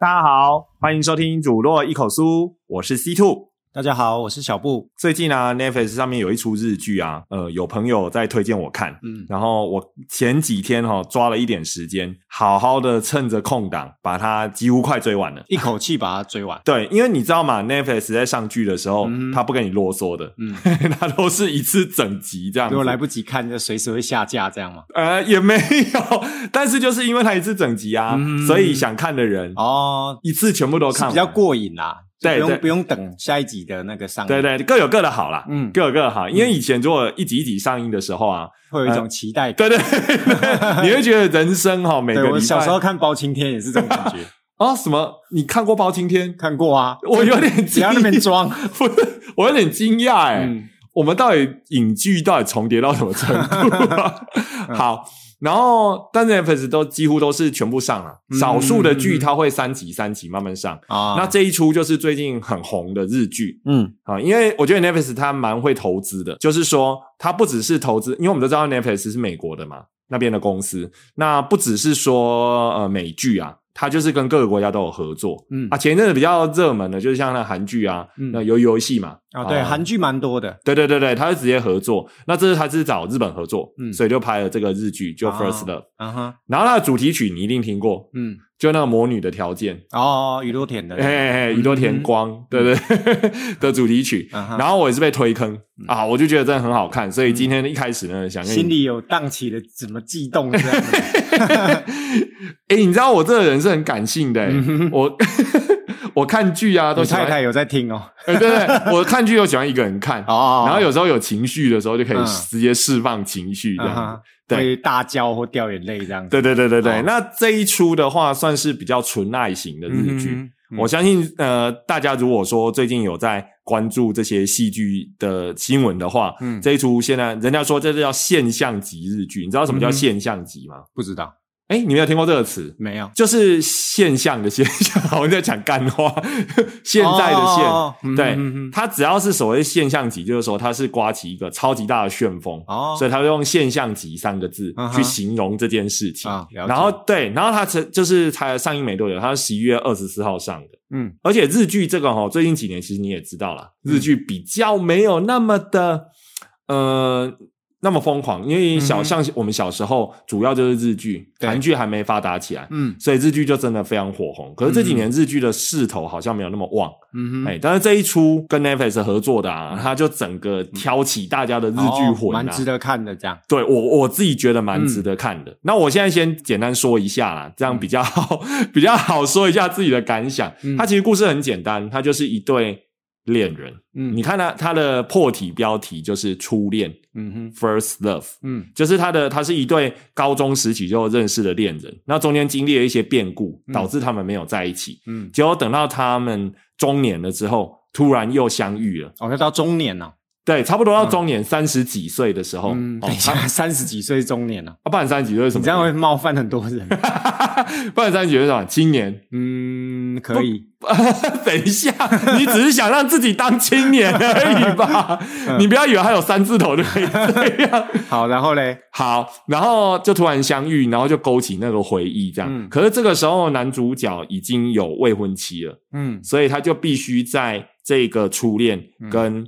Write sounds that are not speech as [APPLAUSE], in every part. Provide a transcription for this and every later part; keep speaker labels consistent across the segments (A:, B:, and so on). A: 大家好，欢迎收听《乳酪一口酥》，我是 C Two。
B: 大家好，我是小布。
A: 最近啊，Netflix 上面有一出日剧啊，呃，有朋友在推荐我看，
B: 嗯，
A: 然后我前几天哈、哦、抓了一点时间，好好的趁着空档把它几乎快追完了。
B: 一口气把它
A: [LAUGHS]
B: 追完。
A: 对，因为你知道嘛，Netflix 在上剧的时候，
B: 嗯
A: 他不跟你啰嗦的， [LAUGHS]
B: 嗯，
A: 他都是一次整集这样
B: 如
A: 子。
B: 果来不及看，就随时会下架这样嘛。
A: 呃，也没有， [LAUGHS] 但是就是因为他一次整集啊，
B: 嗯
A: 所以想看的人
B: 哦，
A: 一次全部嗯都看
B: 是
A: 完
B: 比较过瘾啦，
A: 对
B: 就不
A: 对
B: 用不用等下一集的那个上映，
A: 对，对，各有各的好啦，
B: 嗯，
A: 各有各的好。因为以前如果一集一集上映的时候啊， [LAUGHS]
B: 会有一种期待感。
A: 对对，
B: [LAUGHS]
A: 对你会觉得人生哈、每个
B: 对
A: 礼拜
B: 我小时候看《包青天》也是这种感觉，
A: [LAUGHS] 啊什么，你看过包青天？ [LAUGHS]
B: 看过啊，
A: 我有点
B: 只
A: 惊
B: 要那边装，
A: 不是，我有点惊讶 [LAUGHS] 哎，
B: 嗯
A: 我们到底影剧到底重叠到什么程度、
B: [LAUGHS]
A: 啊？
B: 嗯
A: 好，然后但是 Netflix 都几乎都是全部上了、
B: 嗯
A: 少数的剧它会三集三集慢慢上。
B: 啊，
A: 那这一出就是最近很红的日剧
B: 嗯
A: 啊，因为我觉得 Netflix 它蛮会投资的，就是说它不只是投资，因为我们都知道 Netflix 是美国的嘛，那边的公司，那不只是说呃美剧啊，它就是跟各个国家都有合作，
B: 嗯
A: 啊，前一阵子比较热门的，就是像那韩剧啊，
B: 嗯
A: 那鱿鱼游戏嘛，
B: 啊，对，韩剧蛮多的，
A: 对对对对，他是直接合作。那这是他是找日本合作，
B: 嗯
A: 所以就拍了这个日剧，就
B: 啊
A: First Love。
B: 嗯哼，
A: 然后他的主题曲你一定听过，
B: 嗯，
A: 就那个魔女的条件，
B: 哦，宇多田的
A: 嘿，嘿嘿，宇多田光，对对 [LAUGHS] 的主题曲。
B: 嗯嗯哼
A: 然后我也是被推坑、啊，我就觉得真的很好看，所以今天一开始呢，想跟
B: 嗯心
A: 你，
B: 里有荡起了怎么悸动这样子，
A: 哎，你知道我这个人是很感性的、欸
B: 嗯哼
A: 我 [LAUGHS] 我看剧啊 [LAUGHS] 都
B: 我
A: 喜欢 [LAUGHS]
B: 太，太有在听哦，
A: 哎对对，我看剧都喜欢一个人看。
B: [LAUGHS] 哦，
A: 然后有时候有情绪的时候，就可以
B: 嗯
A: 直接释放情绪这样子。
B: 嗯哼哦
A: 对
B: 会大叫或掉眼泪这样子。
A: 对对对对对
B: 好，
A: 那这一出的话算是比较纯爱型的日
B: 嗯
A: 剧。我相信，呃，大家如果说最近有在关注这些戏剧的新闻的话，
B: 嗯
A: 这一出现在人家说这是叫现象级日剧，你知道什么叫
B: 嗯哼
A: 现象级吗？
B: 不知道，
A: 哎、你没有听过这个词？
B: 没有
A: 就是现象的现象，好像在讲干话。 [LAUGHS] 现在的现，
B: 哦嗯
A: 对
B: 嗯嗯嗯
A: 它只要是所谓现象级，就是说它是刮起一个超级大的旋风，
B: 哦
A: 所以它就用现象级三个字
B: 嗯哼
A: 去形容这件事情。
B: 啊，然
A: 然后对，然后它才就是才上映没多久，它是十一月二十四号上的。
B: 嗯
A: 而且日剧这个哈、最近几年其实你也知道啦，
B: 嗯
A: 日剧比较没有那么的呃那么疯狂，因为小、
B: 嗯哼
A: 像我们小时候主要就是日剧，
B: 对
A: 韩剧还没发达起来，
B: 嗯
A: 所以日剧就真的非常火红。可是这几年日剧的势头好像没有那么旺，
B: 嗯
A: 哎、但是这一出跟 Netflix 合作的啊，它就整个挑起大家的日剧
B: 哦
A: 魂、啊
B: 蛮值得看的这样。
A: 对我我自己觉得蛮
B: 嗯
A: 值得看的。那我现在先简单说一下啦，这样比较好、 [LAUGHS] 比较好说一下自己的感想。
B: 嗯
A: 它其实故事很简单，它就是一对恋人。
B: 嗯
A: 你看它它的破题标题就是初恋
B: 嗯哼
A: （First Love）。
B: 嗯
A: 就是他的，他是一对高中时期就认识的恋人，那中间经历了一些变故，
B: 嗯
A: 导致他们没有在一起。
B: 嗯，
A: 结果等到他们中年了之后，突然又相遇了。
B: 哦，要到中年了。
A: 对，差不多到中年三十、几岁的时候，
B: 嗯，
A: 哦
B: 等一，下，三十几岁中年了，
A: 他不然三十几岁是什
B: 你
A: 么？
B: 这样会冒犯很多人。
A: 不然三十几岁是什么？青年？
B: 嗯，可以。
A: [LAUGHS] 等一下，你只是想让自己当青年而已吧？你不要以为还有三字头就可以这样。
B: 好，然后嘞，
A: 好，然后就突然相遇，然后就勾起那个回忆，这样。
B: 嗯
A: 可是这个时候，男主角已经有未婚妻了，
B: 嗯
A: 所以他就必须在这个初恋跟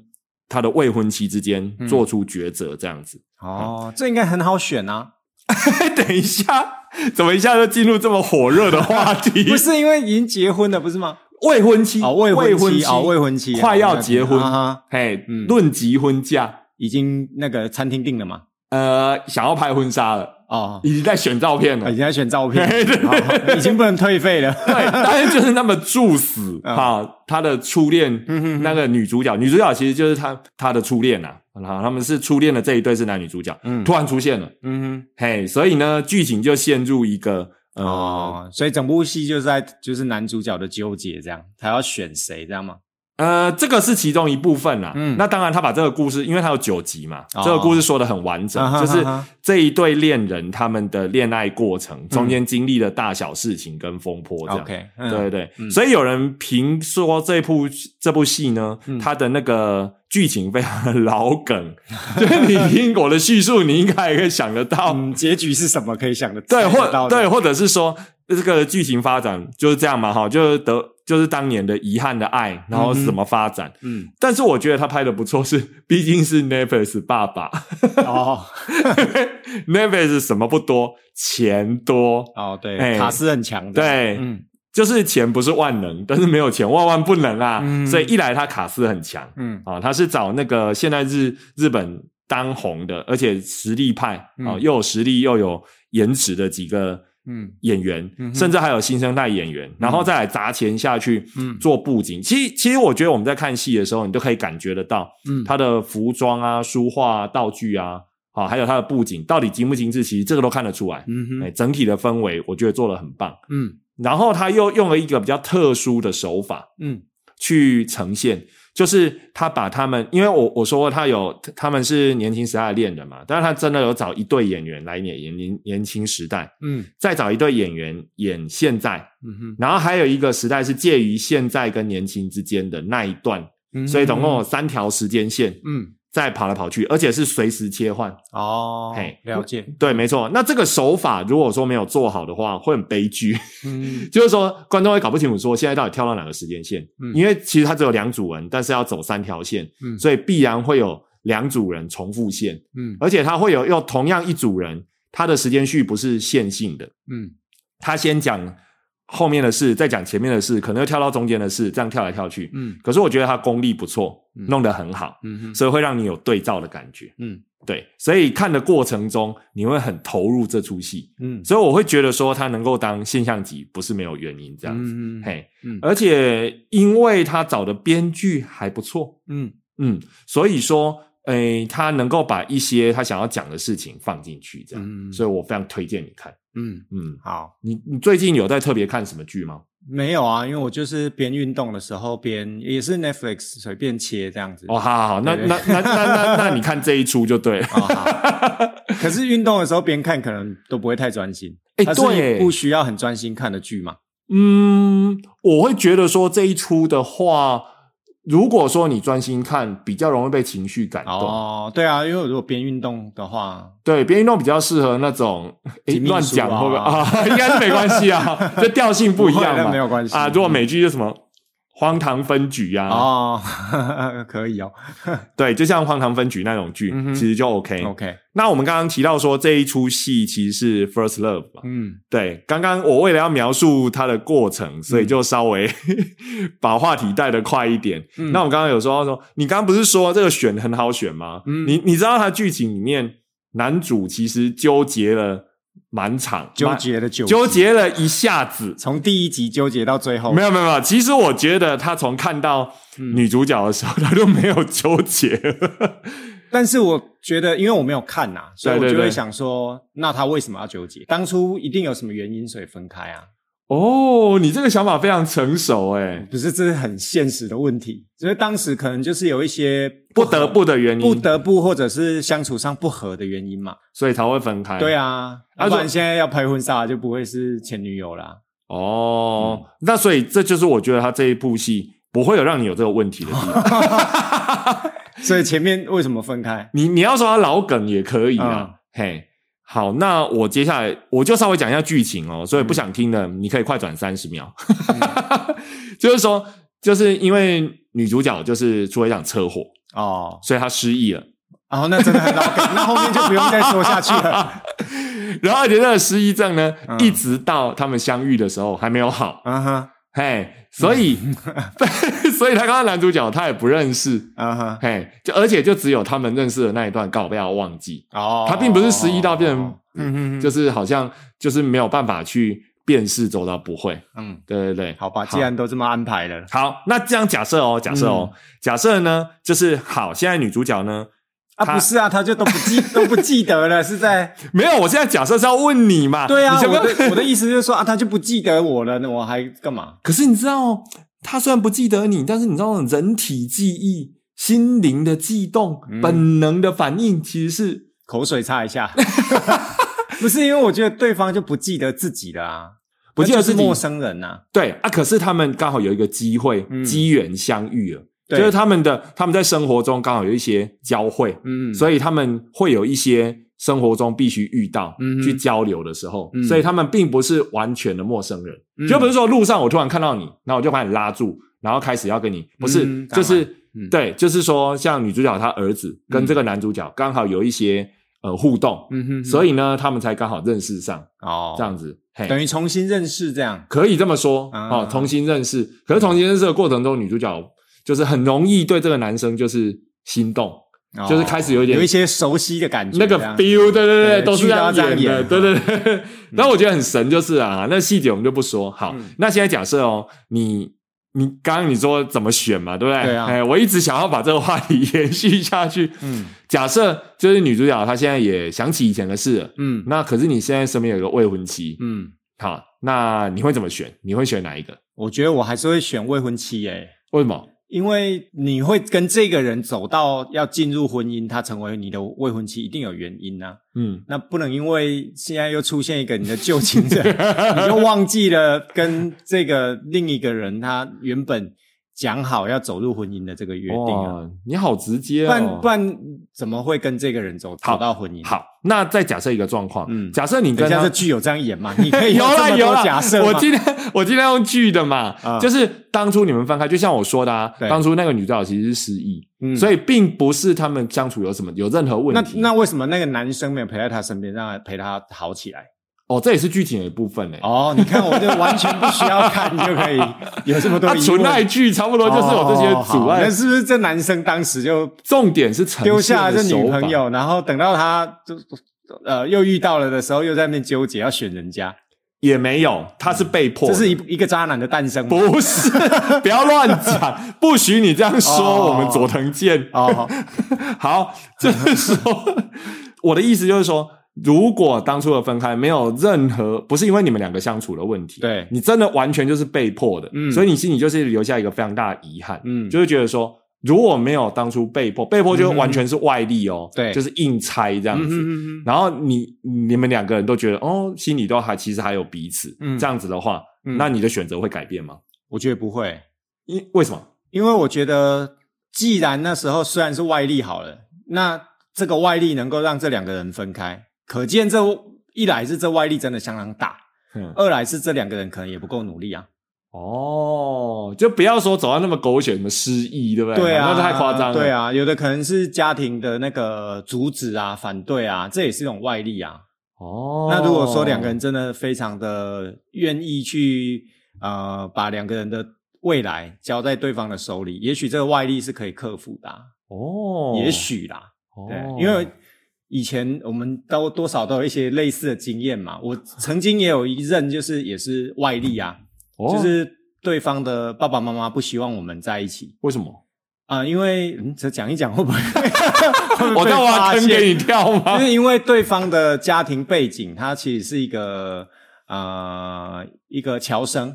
A: 他的未婚妻之间
B: 嗯
A: 做出抉择，这样子。
B: 哦，这应该很好选啊，
A: 哎等一下，怎么一下就进入这么火热的话 [LAUGHS] 题？
B: 不是因为已经结婚了，不是吗？
A: 未婚妻
B: 哦，未
A: 婚
B: 妻，哦，未婚妻，
A: 快要结婚
B: 啊哈，
A: 嘿，
B: 嗯
A: 论及婚嫁，
B: 已经那个餐厅定了嘛？
A: 呃，想要拍婚纱了，
B: 哦，
A: 已经在选照片了
B: 已。经在选照片，哦已经不能退费了。
A: [LAUGHS] 对，但是就是那么猝死
B: [LAUGHS] 嗯
A: 啊，他的初恋
B: 嗯哼
A: 那个女主角，女主角其实就是他他的初恋呐，啊，他们是初恋的这一对是男女主角，
B: 嗯
A: 突然出现了，
B: 嗯
A: 嘿，所以呢，剧情就陷入一个呃
B: 哼，哦哦，所以整部戏就是在就是男主角的纠结这样，他要选谁这样吗？
A: 呃，这个是其中一部分啦。
B: 嗯
A: 那当然，他把这个故事，因为他有九集嘛，
B: 哦
A: 这个故事说的很完整，
B: 啊哈
A: 就是
B: 啊哈嗯
A: 这一对恋人他们的恋爱过程中间经历的大小事情跟风波这样。
B: OK，嗯
A: 对对对，所以有人评说这部这部戏呢，
B: 嗯
A: 它的那个剧情非常的老梗， [LAUGHS] 就是你听我的叙述，你应该也可以想得到，
B: 嗯，结局是什么可以想得
A: 对，
B: 猜得
A: 或
B: 到
A: 对，
B: 的
A: 或者是说这个剧情发展就是这样嘛，哈，就是得就是当年的遗憾的爱，然后是怎么发展。 [LAUGHS]
B: 嗯，
A: 但是我觉得他拍的不错，是 [LAUGHS] 毕竟是 Neves 爸爸 [LAUGHS]
B: 哦
A: ，Neves 什么不多，钱多，
B: 哦，
A: 哎
B: 对，卡斯很强的，
A: 对
B: 嗯
A: 就是钱不是万能，但是没有钱万万不能啊。
B: 嗯
A: 所以一来他卡斯很强
B: 嗯
A: 啊，他是找那个现在日日本当红的，而且实力派啊，
B: 嗯
A: 又有实力又有颜值的几个
B: 嗯
A: 演员，
B: 嗯哼
A: 甚至还有新生代演员，然后再来砸钱下去
B: 嗯
A: 做布景。其实，其实我觉得我们在看戏的时候，你都可以感觉得到，
B: 嗯，
A: 他的服装啊、书画、啊、道具啊，啊，还有他的布景到底精不精致，其实这个都看得出来。
B: 嗯
A: 哎、
B: 哼
A: 整体的氛围我觉得做的很棒。
B: 嗯
A: 然后他又用了一个比较特殊的手法
B: 嗯
A: 去呈现。就是他把他们，因为我我说过他有他们是年轻时代的恋人嘛，但是他真的有找一对演员来演演年年轻时代，
B: 嗯
A: 再找一对演员演现在，
B: 嗯
A: 然后还有一个时代是介于现在跟年轻之间的那一段，
B: 哼，
A: 所以总共有三条时间线
B: 嗯
A: 在跑来跑去，而且是随时切换。
B: 哦
A: 嘿，
B: 了解，
A: 对，没错。那这个手法如果说没有做好的话，会很悲剧， [LAUGHS]
B: 嗯
A: 就是说观众会搞不清楚说现在到底跳到哪个时间线，
B: 嗯
A: 因为其实它只有两组人，但是要走三条线，
B: 嗯
A: 所以必然会有两组人重复线，
B: 嗯
A: 而且它会有用同样一组人，他的时间序不是线性的，
B: 嗯
A: 他先讲后面的事，再讲前面的事，可能又跳到中间的事，这样跳来跳去。
B: 嗯
A: 可是我觉得他功力不错，
B: 嗯
A: 弄得很好，
B: 嗯哼
A: 所以会让你有对照的感觉。
B: 嗯
A: 对，所以看的过程中你会很投入这出戏，
B: 嗯
A: 所以我会觉得说他能够当现象级不是没有原因这样子。
B: 嗯
A: 嘿，
B: 嗯
A: 而且因为他找的编剧还不错，
B: 嗯
A: 嗯，所以说。诶，他能够把一些他想要讲的事情放进去，这样，
B: 嗯
A: 所以我非常推荐你看。
B: 嗯
A: 嗯，
B: 好。
A: 你你最近有在特别看什么剧吗？
B: 没有啊，因为我就是边运动的时候边也是 Netflix 随便切这样子。
A: 哦，好好好，那
B: 对对
A: 那那那那那你看这一出就对了。
B: 哦好可是运动的时候边看可能都不会太专心。
A: [LAUGHS] 哎
B: 它是
A: 对
B: 一部需要很专心看的剧嘛。
A: 嗯，我会觉得说这一出的话，如果说你专心看，比较容易被情绪感动。
B: 哦，对啊，因为如果边运动的话，
A: 对，别运动比较适合那种诶
B: 紧密
A: 乱
B: 书
A: 讲
B: 啊
A: 会不会啊？应该是没关系
B: [LAUGHS]
A: 啊，这调性 [LAUGHS] 不一样
B: 会那
A: 嘛。
B: 没有关系
A: 啊，如果美剧就什么。荒唐分局啊，
B: 哦， [LAUGHS] 可以哦。
A: 对，就像荒唐分局那种剧，
B: 嗯哼
A: 其实就 OK。
B: OK，
A: 那我们刚刚提到说这一出戏其实是 First Love 嘛，
B: 嗯
A: 对，刚刚我为了要描述它的过程，所以就稍微、 [LAUGHS] 把话题带得快一点。
B: 嗯
A: 那我刚刚有说到说，你刚刚不是说这个选很好选吗？
B: 嗯
A: 你你知道它剧情里面男主其实纠结了满场，
B: 纠
A: 蛮
B: 结了九集
A: 纠，结了一下子。
B: 从第一集纠结到最后
A: 没。有没有没有，其实我觉得他从看到
B: 嗯
A: 女主角的时候，他就没有纠结 [LAUGHS] 了。
B: 但是我觉得，因为我没有看呐、所以
A: 对
B: 我
A: 对
B: 就会
A: 对
B: 想说，那他为什么要纠结？当初一定有什么原因，所以分开啊？
A: 哦，你这个想法非常成熟哎，
B: 不是，这是很现实的问题。所以当时可能就是有一些
A: 不
B: 合
A: 得不的原因，
B: 不得不，或者是相处上不合的原因嘛。
A: 所以才会分开。
B: 对啊，
A: 啊
B: 要不
A: 如
B: 然现在要拍婚纱就不会是前女友啦。
A: 哦，那所以这就是我觉得他这一部戏不会有让你有这个问题的地
B: [LAUGHS]
A: 方。
B: 所以前面为什么分开？
A: 你你要说他老梗也可以
B: 嗯
A: 啊，嘿。好，那我接下来我就稍微讲一下剧情哦，所以不想听的、
B: 嗯
A: 你可以快转三十秒。 [LAUGHS] 就是说，就是因为女主角就是出了一场车祸，
B: 哦，
A: 所以她失忆
B: [LAUGHS]
A: 了。
B: 然后那真的很
A: [LAUGHS]
B: 老梗，那后面就不用再说下去了。
A: 然后而且这个失忆症呢，
B: 嗯
A: 一直到他们相遇的时候还没有好，
B: 啊哈，
A: 嘿，所以、
B: 嗯
A: [LAUGHS] 所以他刚刚男主角他也不认识，
B: 啊哈，
A: 嘿，就而且就只有他们认识的那一段告不要忘记，
B: 哦，
A: 他并不是失忆到变成，
B: 嗯嗯
A: 就是是好像就是没有办法去辨识走到不会，
B: 嗯，
A: 对对对，
B: 好吧，既然都这么安排了，
A: 好，那这样假设哦，假设哦，
B: 嗯
A: 假设呢，就是好，现在女主角呢他
B: 啊，不是啊，他就都不记
A: [LAUGHS]
B: 都不记得了，是在
A: 没有，我现在假设是要问你嘛，
B: 对啊，
A: 你先不要
B: 我的我的意思就是说啊，他就不记得我了，那我还干嘛？
A: 可是你知道哦他虽然不记得你，但是你知道，人体记忆、心灵的悸动、
B: 嗯
A: 本能的反应，其实是
B: 口水擦
A: [LAUGHS]
B: 一下，不是因为我觉得对方就不记得自己了啊，
A: 不记得
B: 那就是
A: 自己
B: 陌生人呐、啊，
A: 对啊。可是他们刚好有一个机会、
B: 嗯
A: 机缘相遇了，
B: 对
A: 就是他们的他们在生活中刚好有一些交汇，
B: 嗯，以
A: 所以他们会有一些生活中必须遇到、
B: 嗯哼
A: 去交流的时候，
B: 嗯
A: 所以他们并不是完全的陌生人。就不是说路上我突然看到你，然后我就把你拉住，然后开始要跟你，不是，
B: 嗯
A: 就
B: 当
A: 是、
B: 嗯
A: 对，就是说像女主角她儿子跟这个男主角刚好有一些呃互动，
B: 嗯哼，
A: 所
B: 以
A: 以呢他们才刚好认识上，
B: 哦，
A: 这样子，嘿，
B: 等于重新认识这样，
A: 可以这么说
B: 啊
A: 哦，重新认识。可是重新认识的过程中，女主角就是很容易对这个男生就是心动，
B: 哦
A: 就是开始有一点
B: 有一些熟悉的感觉，
A: 那个
B: 这样
A: feel，对对对，
B: 对
A: 都是
B: 剧都要
A: 这样
B: 这样
A: 的，
B: 演
A: 对对对。然后我觉得很神，就是啊，那细节我们就不说。好
B: 嗯，
A: 那现在假设哦，你你刚刚你说怎么选嘛，对不对？
B: 对啊
A: 哎，我一直想要把这个话题 [LAUGHS] 延续下去。
B: 嗯
A: 假设就是女主角她现在也想起以前的事了，
B: 嗯
A: 那可是你现在身边有一个未婚妻，
B: 嗯，
A: 好，那你会怎么选？你会选哪一个？
B: 我觉得我还是会选未婚妻诶、
A: 为什么？
B: 因为你会跟这个人走到要进入婚姻，他成为你的未婚妻，一定有原因啊。
A: 嗯，
B: 那不能因为现在又出现一个你的旧情人，
A: [LAUGHS]
B: 你就忘记了跟这个另一个人他原本讲好要走入婚姻的这个约定啊，
A: 哇，你好直接
B: 不然
A: 哦
B: 不。然怎么会跟这个人走
A: 好
B: 走到婚姻？，
A: 好，那再假设一个状况，
B: 嗯
A: 假设你
B: 人
A: 跟
B: 家
A: 他
B: 这剧有这样演
A: [LAUGHS]
B: 嘛？你可以
A: 有
B: 这
A: 啦
B: 么
A: 有
B: 多
A: 啦，
B: 假设
A: 我
B: 吗
A: 今天我今天用剧的嘛，
B: 啊
A: 就是当初你们分开，就像我说的啊，
B: 对
A: 当初那个女主角其实是失忆，
B: 嗯
A: 所以并不是他们相处有什么有任何
B: 那
A: 问题。
B: 那为什么那个男生没有陪在他身边，让他陪他好起来？
A: 哦，这也是剧情的一部分嘞、欸。
B: 哦，你看，我就完全不需要看就可以有这么多
A: 啊，
B: 疑问
A: 纯爱剧差不多就是有这些
B: 哦
A: 阻
B: 好
A: 碍
B: 那。是不是这男生当时就
A: 重点是呈
B: 丢
A: 现
B: 下了
A: 的
B: 这女
A: 手法
B: 朋，友，然后等到他就呃又遇到了的时候，又在那边纠结要选人家，
A: 也没有，他是被迫
B: 这
A: 的。
B: 是一一个渣男的诞生吗？
A: 不
B: [LAUGHS]
A: 是，不要乱讲，不许你这样说。
B: 哦
A: 我们佐藤健 [LAUGHS]
B: 哦，
A: 好，就是说，我的意思就是说，如果当初的分开没有任何不是因为你们两个相处的问题，
B: 对
A: 你真的完全就是被迫的，
B: 嗯
A: 所以你心里就是留下一个非常大的遗憾，
B: 嗯
A: 就是觉得说，如果没有当初被迫，被迫就
B: 嗯哼
A: 完全是外力哦，
B: 对
A: 就是硬拆这样
B: 嗯
A: 子。
B: 哼
A: 然后你你们两个人都觉得哦，心里都还其实还有彼此，
B: 嗯
A: 这样子的话，
B: 嗯
A: 那你的选择会改变吗？
B: 我觉得不会，
A: 因为什么？
B: 因为我觉得既然那时候虽然是外力好了，那这个外力能够让这两个人分开，可见这一来是这外力真的相当大，
A: 嗯
B: 二来是这两个人可能也不够努力啊。
A: 哦，就不要说走到那么狗血，什么失忆，对不对？
B: 对啊，
A: 那太夸张了。
B: 对，啊，有的可能是家庭的那个阻止啊、反对啊，这也是一种外力啊。
A: 哦，
B: 那如果说两个人真的非常的愿意去呃，把两个人的未来交在对方的手里，也许这个外力是可以克服的啊、
A: 哦，
B: 也许啦。
A: 哦
B: 对，因为以前我们都多少都有一些类似的经验嘛。我曾经也有一任就是也是外力啊，
A: 哦
B: 就是对方的爸爸妈妈不希望我们在一起。
A: 为什么？
B: 啊、因为嗯，这讲一讲
A: [LAUGHS]
B: 会不会会
A: 哦
B: 不会
A: 我在挖
B: 发
A: 坑
B: 现
A: 给你跳
B: 就
A: 吗？
B: 是因为对方的家庭背景，他其实是一个呃一个侨生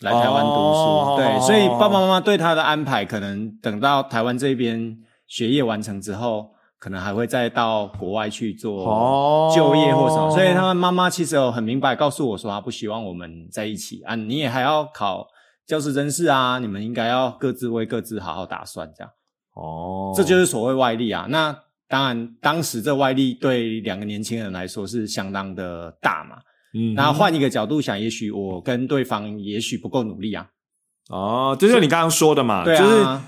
B: 来台湾读书，
A: 哦
B: 对，所以爸爸妈妈对他的安排，可能等到台湾这边学业完成之后，可能还会再到国外去
A: 哦
B: 做就业或什么，所以他们妈妈其实有很明白告诉我说，她不希望我们在一起啊，你也还要考。教师真是啊，你们应该要各自为各自好好打算，这样。
A: 哦，
B: 这就是所谓外力啊。那当然，当时这外力对两个年轻人来说是相当的大嘛。
A: 嗯
B: 那换一个角度想，也许我跟对方也许不够努力啊。
A: 哦，这就是你刚刚说的嘛，
B: 对啊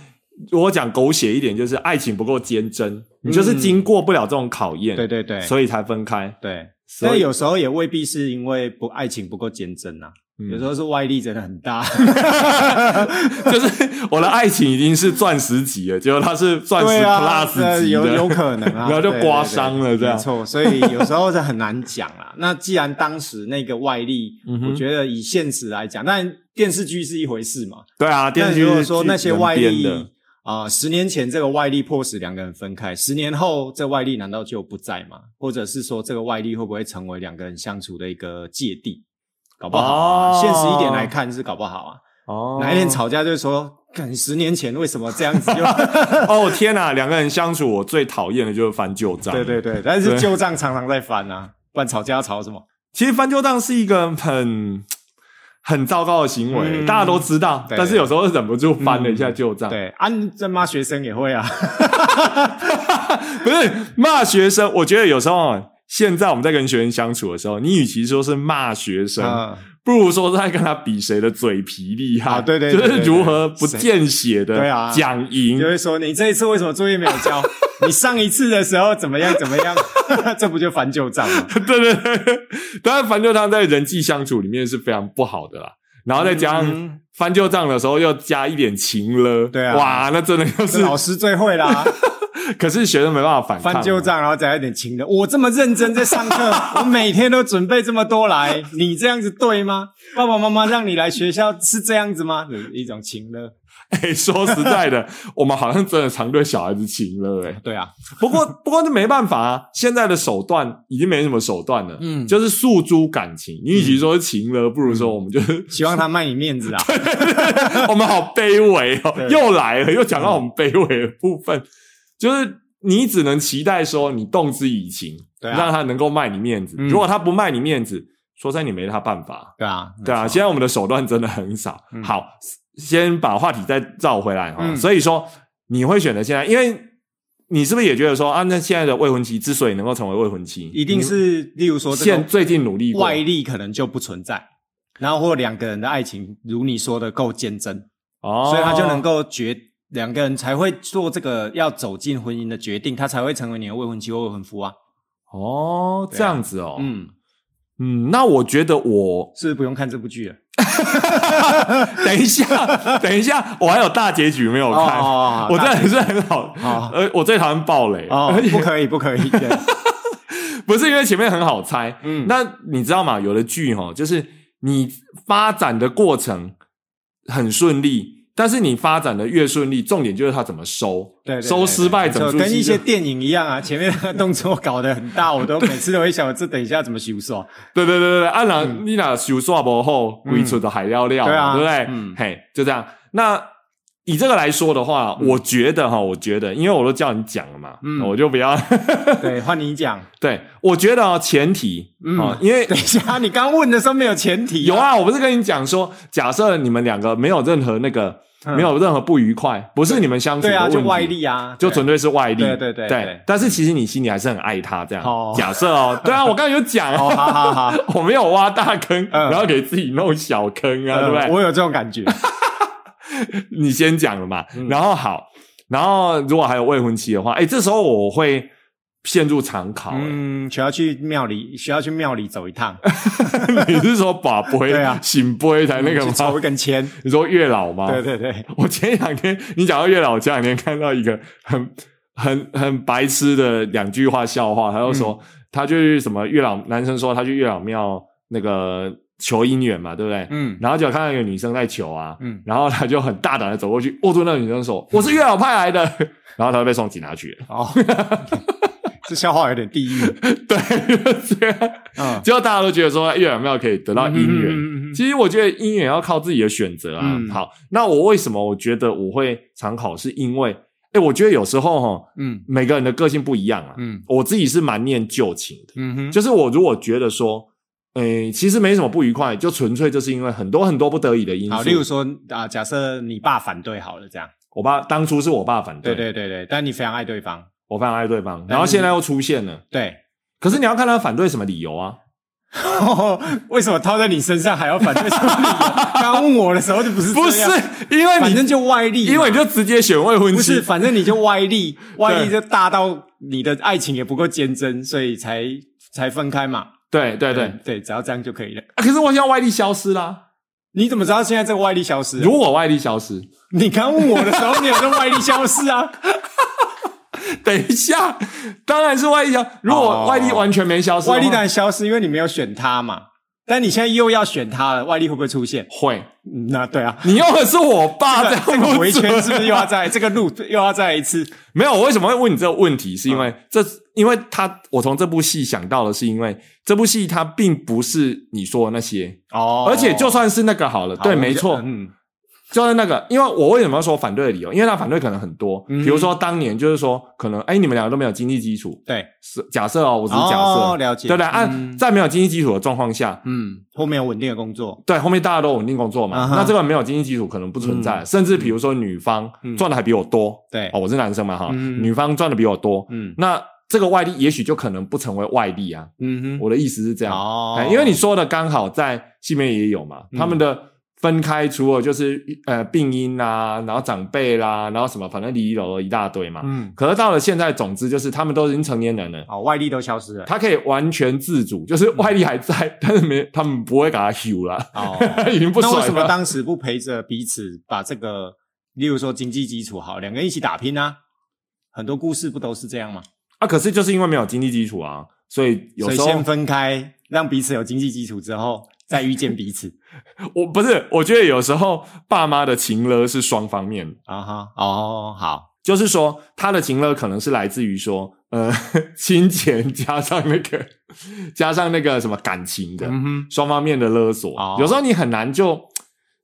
A: 就是我讲狗血一点，就是爱情不够坚贞，你就是经过不了这种考验，
B: 嗯对对对，
A: 所以才分开。
B: 对。
A: 所
B: 但
A: 以
B: 有时候也未必是因为不爱情不够坚贞啊，
A: 嗯
B: 有时候是外力真的很大。
A: [LAUGHS] 就是我的爱情已经是钻石级了，结果它是 [LAUGHS] 钻石
B: 对啊，
A: plus 级的，
B: 有有可能
A: [LAUGHS]
B: 啊，
A: 然后就
B: 对对
A: 刮
B: 对
A: 伤了这样
B: 没错，所以有时候是很难讲啦。那既然当时那个外力
A: 嗯，哼
B: 我觉得以现实来讲，但电视剧是一回事嘛，
A: 对啊，电视
B: 但
A: 剧
B: 如果说
A: 是
B: 那些
A: 人
B: 外
A: 编
B: 力
A: 的
B: 啊、十年前这个外力迫使两个人分开，十年后这外力难道就不在吗？或者是说这个外力会不会成为两个人相处的一个芥蒂？搞不好啊、
A: 哦
B: 现实一点来看是搞不好啊。
A: 哦，
B: 哪一天吵架就说，干十年前为什么这样子就？
A: [LAUGHS] 哦天哪，两个人相处，我最讨厌的就是翻旧账。
B: 对对对，但是
A: 对
B: 旧账常常在翻啊，不然吵架吵什么？
A: 其实翻旧账是一个很很糟糕的行为，
B: 嗯
A: 大家都知道，
B: 对
A: 但是有时候忍不住翻了一下旧账。
B: 对，啊，你在骂学生也会啊，
A: 不是骂学生，我觉得有时候现在我们在跟学生相处的时候，你与其说是骂学生，
B: 嗯
A: 不如说是在跟他比谁的嘴皮厉害。
B: 啊对对对对
A: 就是如何不见血
B: 谁对
A: 的
B: 啊
A: 讲赢。
B: 就会说你这一次为什么作业没有交？你上一次的时候怎么样怎么样？ [LAUGHS] 这不就翻旧账吗？
A: [LAUGHS] 对对对，当然翻旧账在人际相处里面是非常不好的啦。然后再加上
B: 嗯
A: 翻旧账的时候又加一点情了，
B: 对啊
A: 哇，那真的就
B: 这
A: 是，
B: 老师最会
A: [LAUGHS]
B: 啦，
A: 可是学生没办法反抗。
B: 翻旧账，然后加一点情的。我这么认真在
A: [LAUGHS]
B: 上课，我每天都准备这么多来，你这样子对吗？爸爸妈妈让你来学校是这样子吗？有一种情的，
A: 哎，说实在的， [LAUGHS] 我们好像真的常对小孩子情了、
B: [LAUGHS]
A: 哎，
B: 对啊，
A: 不过不过这没办法啊，现在的手段已经没什么手段了，
B: 嗯
A: 就是诉诸感情。你与其说是情了，不如说我们就是、
B: 希望他卖你面子啊。 [LAUGHS]
A: 我们好卑微哦，
B: 对嗯
A: 又来了，又讲到我们卑微的部分，就是你只能期待说你动之以情，
B: 对啊
A: 让他能够卖你面子。
B: 嗯
A: 如果他不卖你面子，说真的你没他办法。
B: 对啊，
A: 对啊，
B: 没错
A: 现在我们的手段真的很少。好，先把话题再绕回来哈、
B: 嗯
A: 所以说，你会选择现在，因为你是不是也觉得说啊，那现在的未婚妻之所以能够成为未婚妻，
B: 一定是，例如说
A: 你
B: 这种
A: 现最近努力过
B: 外力可能就不存在，然后或两个人的爱情，如你说的够坚贞，
A: 哦，
B: 所以他就能够决两个人才会做这个要走进婚姻的决定，他才会成为你的未婚妻或未婚夫啊。
A: 哦
B: 对啊
A: 这样子哦，嗯
B: 嗯，
A: 嗯，那我觉得我
B: 是不是不用看这部剧了？
A: [LAUGHS] 等一
B: [LAUGHS]
A: 下，等一下，我还有大结局没有看，
B: 哦
A: 我真的是很好，
B: 哦
A: 呃，我最讨厌暴雷，
B: 哦，不可以，不可以。
A: [LAUGHS]
B: 对
A: 不是因为前面很好猜，
B: 嗯
A: 那你知道吗？有的剧哈，就是你发展的过程很顺利，但是你发展的越顺利，重点就是它怎么收，
B: 对，对
A: 收失败
B: 对
A: 整
B: 对
A: 出
B: 就
A: 戏
B: 跟一些
A: 就
B: 电影一样啊，前面的动作搞得很大，我都每次都会想，这等一下怎么修哦手？
A: 对对对对，对啊那、你俩修刷不后，归出的海料料嘛，
B: 嗯对啊
A: 对不对？
B: 嗯
A: 嘿，就这样。那以这个来说的话，我觉得哈，我觉得，因为我都叫你讲了嘛，
B: 嗯
A: 我就不要。 [LAUGHS]
B: 对，换你讲。
A: 对，我觉得哦，前提啊、
B: 嗯
A: 哦因为
B: 等一下，你刚问的时候没有前提，
A: 有，啊，我不是跟你讲说，假设你们两个没有任何那个，
B: 嗯
A: 没有任何不愉快，不是你们相处
B: 对
A: 的
B: 啊，
A: 问题，
B: 就外力啊，
A: 就
B: 对
A: 纯粹是外力，
B: 对对对对
A: 但是其实你心里还是很爱他，这样。
B: 哦
A: 假设哦，对啊，我刚才有讲
B: 哦，
A: 哦，
B: 好好
A: [LAUGHS]
B: 好，
A: 我没有挖大坑，
B: 嗯
A: 然后给自己弄小坑啊，对不对？
B: 我有这种感觉。
A: 你先讲了嘛，
B: 嗯
A: 然后好，然后如果还有未婚妻的话，哎，这时候我会陷入常考、诶
B: 嗯，需要去庙里，需要去庙里走一趟，
A: 哎 [LAUGHS] 你是说把杯
B: 对啊嗯
A: 醒杯才那个
B: 去抽
A: 吗
B: 一？根签。
A: 你说月老吗？
B: 对对对，
A: 我前两天你讲到月老，我前两天看到一个很很很白痴的两句话笑话，他就说、
B: 嗯
A: 他去什么月老，男生说他去月老庙那个求姻缘嘛，对不对？
B: 嗯
A: 然后就看到一个女生在求啊，
B: 嗯，
A: 然后他就很大胆的走过去，握住那个女生的手，我是月老派来的，然后他就被送警察局了。 [LAUGHS]
B: 哦， [LAUGHS] 这笑话有点地狱。
A: 对，就是这样。
B: 嗯，
A: 结果大家都觉得说月老庙可以得到姻缘，
B: 嗯嗯嗯嗯
A: 其实我觉得姻缘要靠自己的选择啊。
B: 嗯
A: 好，那我为什么我觉得我会常考，是因为，哎，我觉得有时候哈，
B: 嗯
A: 每个人的个性不一样啊。
B: 嗯
A: 我自己是蛮念旧情的，
B: 嗯哼，
A: 就是我如果觉得说，诶、其实没什么不愉快，就纯粹就是因为很多很多不得已的因
B: 好，例如
A: 素。
B: 说啊，假设你爸反对好了，这样，
A: 我爸当初是我爸反
B: 对对对对，但你非常爱对方，
A: 我非常爱对方，
B: 你
A: 然后现在又出现了。
B: 对， [LAUGHS]
A: 可是你要看他反对什么理由啊？
B: 为什么套在你身上还要反对什么理 [LAUGHS] 由？刚问我的时候就不是这
A: 不是
B: 样，，
A: 因为
B: 反
A: 你
B: 正就外力嘛，
A: 因为你就直接选未婚
B: 不
A: 妻
B: 是，，反正你就外力，外力
A: 对
B: 就大到你的爱情也不够坚贞，所以才才分开嘛。嗯
A: 对对对、
B: 对，只要这样就可以了。
A: 啊可是我现在外力消失啦，
B: 你怎么知道现在这个外力消失了？
A: 如果外力消
B: [LAUGHS]
A: 失，
B: 你刚问我的时候，你有这外力消失 [LAUGHS] 啊？
A: 等一下，当然是外力消。如果
B: 哦
A: 外力完全没消失的话，
B: 外力当然消失，因为你没有选他嘛。但你现在又要选他了，外力会不会出现？
A: 会，
B: 嗯那对 [LAUGHS] 啊，
A: 你用的是我爸，这样
B: 这个
A: 不
B: 回
A: 准
B: 圈是不是又要 [LAUGHS] 再这个路又要再一次？
A: [LAUGHS] 没有，我为什么会问你这个问题？是因为、
B: 嗯
A: 这，因为他，我从这部戏想到的是，因为这部戏它并不是你说的那些，
B: 哦
A: 而且就算是那个好了，
B: 好
A: 对，
B: 我
A: 没
B: 就
A: 错，
B: 嗯，
A: 就是那个，因为我为什么要说反对的理由？因为他反对可能很多，
B: 嗯
A: 比如说当年就是说，可能哎、你们两个都没有经济基础，
B: 对，
A: 是假设哦，我只是假设，
B: 哦了解
A: 对不对？按、
B: 嗯
A: 在没有经济基础的状况下，
B: 嗯，后面有稳定的工作，
A: 对后面大家都稳定工作嘛
B: 啊哈
A: 那这个没有经济基础可能不存在，甚至比如说女方
B: 嗯
A: 赚的还比我多，
B: 对
A: 哦，我是男生嘛哈，
B: 嗯
A: 女方赚的比我多，
B: 嗯
A: 那这个外力也许就可能不成为外力啊。
B: 嗯哼，
A: 我的意思是这样，
B: 哦
A: 哎因为你说的刚好在西面也有嘛，
B: 嗯
A: 他们的分开除了就是呃病因啦、然后长辈啦，然后什么，反正离楼一大堆嘛。
B: 嗯，
A: 可是到了现在，总之就是他们都已经成年人了。
B: 哦，外力都消失了，
A: 他可以完全自主，就是
B: 嗯
A: 外力还在， [LAUGHS] 但是没他们不会给他休啦，
B: [LAUGHS]
A: [LAUGHS]
B: 哦，
A: 已经不
B: 那
A: 甩
B: 为什么
A: 了。
B: 当 [LAUGHS] 时不陪着彼此把这个，例如说经济基础好，两个人一起打拼啊？很多故事不都是这样吗？
A: 啊，可是就是因为没有经济基础啊，所以有
B: 所以
A: 时候
B: 先分开，让彼此有经济基础之后，再遇见彼此
A: 我不是，我觉得有时候爸妈的情勒是双方面的，
B: [LAUGHS] 啊哈，哦，好，
A: 就是说他的情勒可能是来自于说，呃， [LAUGHS] 金钱加上那个 [LAUGHS] 加上那个什么感情的、
B: 哼，
A: 双方面的勒索，
B: 嗯哦
A: 有时候你很难就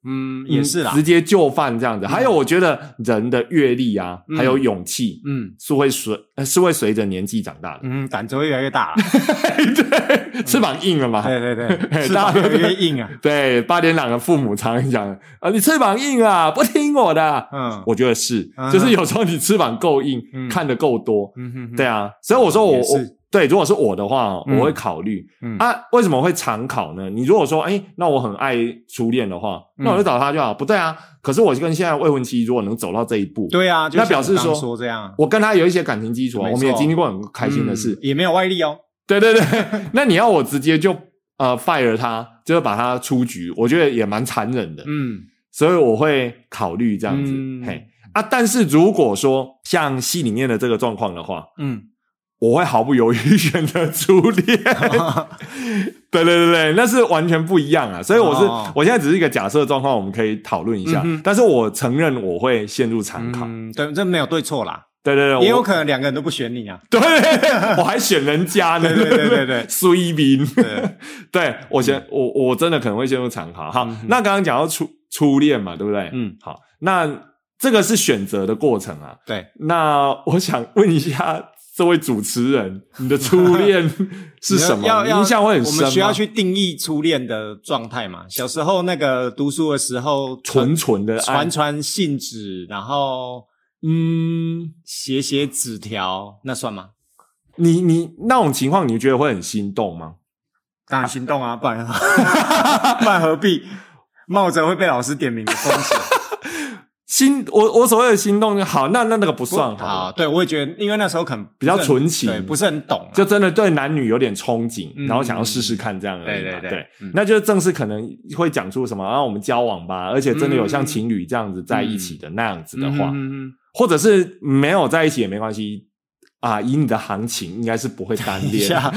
B: 嗯，也是啦
A: 直，接就范这样子。还有，我觉得人的阅历啊，
B: 嗯
A: 还有勇气。
B: 嗯
A: 是会随呃是会随着年纪长
B: [LAUGHS]
A: 大的，
B: 嗯，胆子会越来越大啦，
A: 对，翅膀硬了嘛？
B: [LAUGHS] 嗯对对对， [LAUGHS] 翅
A: 大
B: 膀
A: 家
B: 越
A: 都
B: 来越硬啊，
A: 对，八点档的父母常常讲，啊，你翅膀硬啊，不听我的。
B: 嗯，
A: 我觉得是
B: 嗯，
A: 就是有时候你翅膀够硬，
B: 嗯
A: 看得够多，
B: 嗯哼哼
A: 对，啊，所以我说我
B: 也是
A: 我对，如果是我的话，
B: 嗯
A: 我会考虑
B: 嗯
A: 啊，为什么会常考呢？你如果说，哎，那我很爱初恋的话，那我
B: 嗯
A: 就找他就好。不对啊，可是我跟现在未婚妻如果能走到这一步，
B: 对啊，就
A: 那表示
B: 像我刚
A: 说
B: 说这样，
A: 我跟他有一些感情基础啊，
B: 没错
A: 我们也经历过很开心的事
B: 嗯，也没有外力哦，
A: 对对对， [LAUGHS] 那你要我直接就呃 fire 他，就是把他出局，我觉得也蛮残忍的。
B: 嗯，
A: 所以我会考虑这样子，
B: 嗯
A: 嘿啊。但是如果说像戏里面的这个状况的话，
B: [LAUGHS] 嗯，
A: 我会毫不犹豫 [LAUGHS] 选择初恋。
B: [LAUGHS] 嗯
A: [LAUGHS] 对对对对，那是完全不一样啊。所以我是、
B: 哦
A: 我现在只是一个假设状况，我们可以讨论一下。
B: 嗯哼
A: 但是我承认我会陷入常考。
B: 嗯，对，这没有对错啦，
A: 对对对，
B: 也有
A: 我 [LAUGHS]
B: 可能两个人都不选你啊，
A: 对，我还选人家呢。
B: 对对对对对
A: 苏一斌。
B: [LAUGHS] 对，
A: [LAUGHS] 对我先、我我真的可能会陷入常考。好，
B: 嗯哼
A: 那刚刚讲到初初恋嘛，对不对？
B: 嗯，
A: 好，那这个是选择的过程啊。
B: 对，
A: 那我想问一下这位主持人，你的初
B: [LAUGHS]
A: 恋是什么？
B: 要要
A: 印象会很深
B: 我
A: 吗？
B: 们需要去定义初恋的状态嘛？小时候那个读书的时候，
A: 纯纯的爱
B: 传，传信纸，然后
A: 嗯，
B: 写写纸条，那算吗？
A: 你你那种情况，你觉得会很心动吗？
B: 当然心动 [LAUGHS] 啊，不然不然何必冒着会被老师点名的风
A: [LAUGHS]
B: 险？
A: 心，我我所谓的心动，好，那那那个不算好
B: 啊，
A: 了，
B: 对我也觉得，因为那时候可能
A: 比较
B: 不是很
A: 纯情
B: 对，不是很懂啊，
A: 就真的对男女有点憧憬，
B: 嗯
A: 然后想要试试看这样而已嘛。
B: 对对对嗯
A: 那就是正式可能会讲出什么，啊、我们交往吧，而且真的有像情侣这样子在一起的、那样子的话，
B: 嗯
A: 或者是没有在一起也没关系啊。以你的行情，应该是不会单
B: 一
A: 恋
B: 下。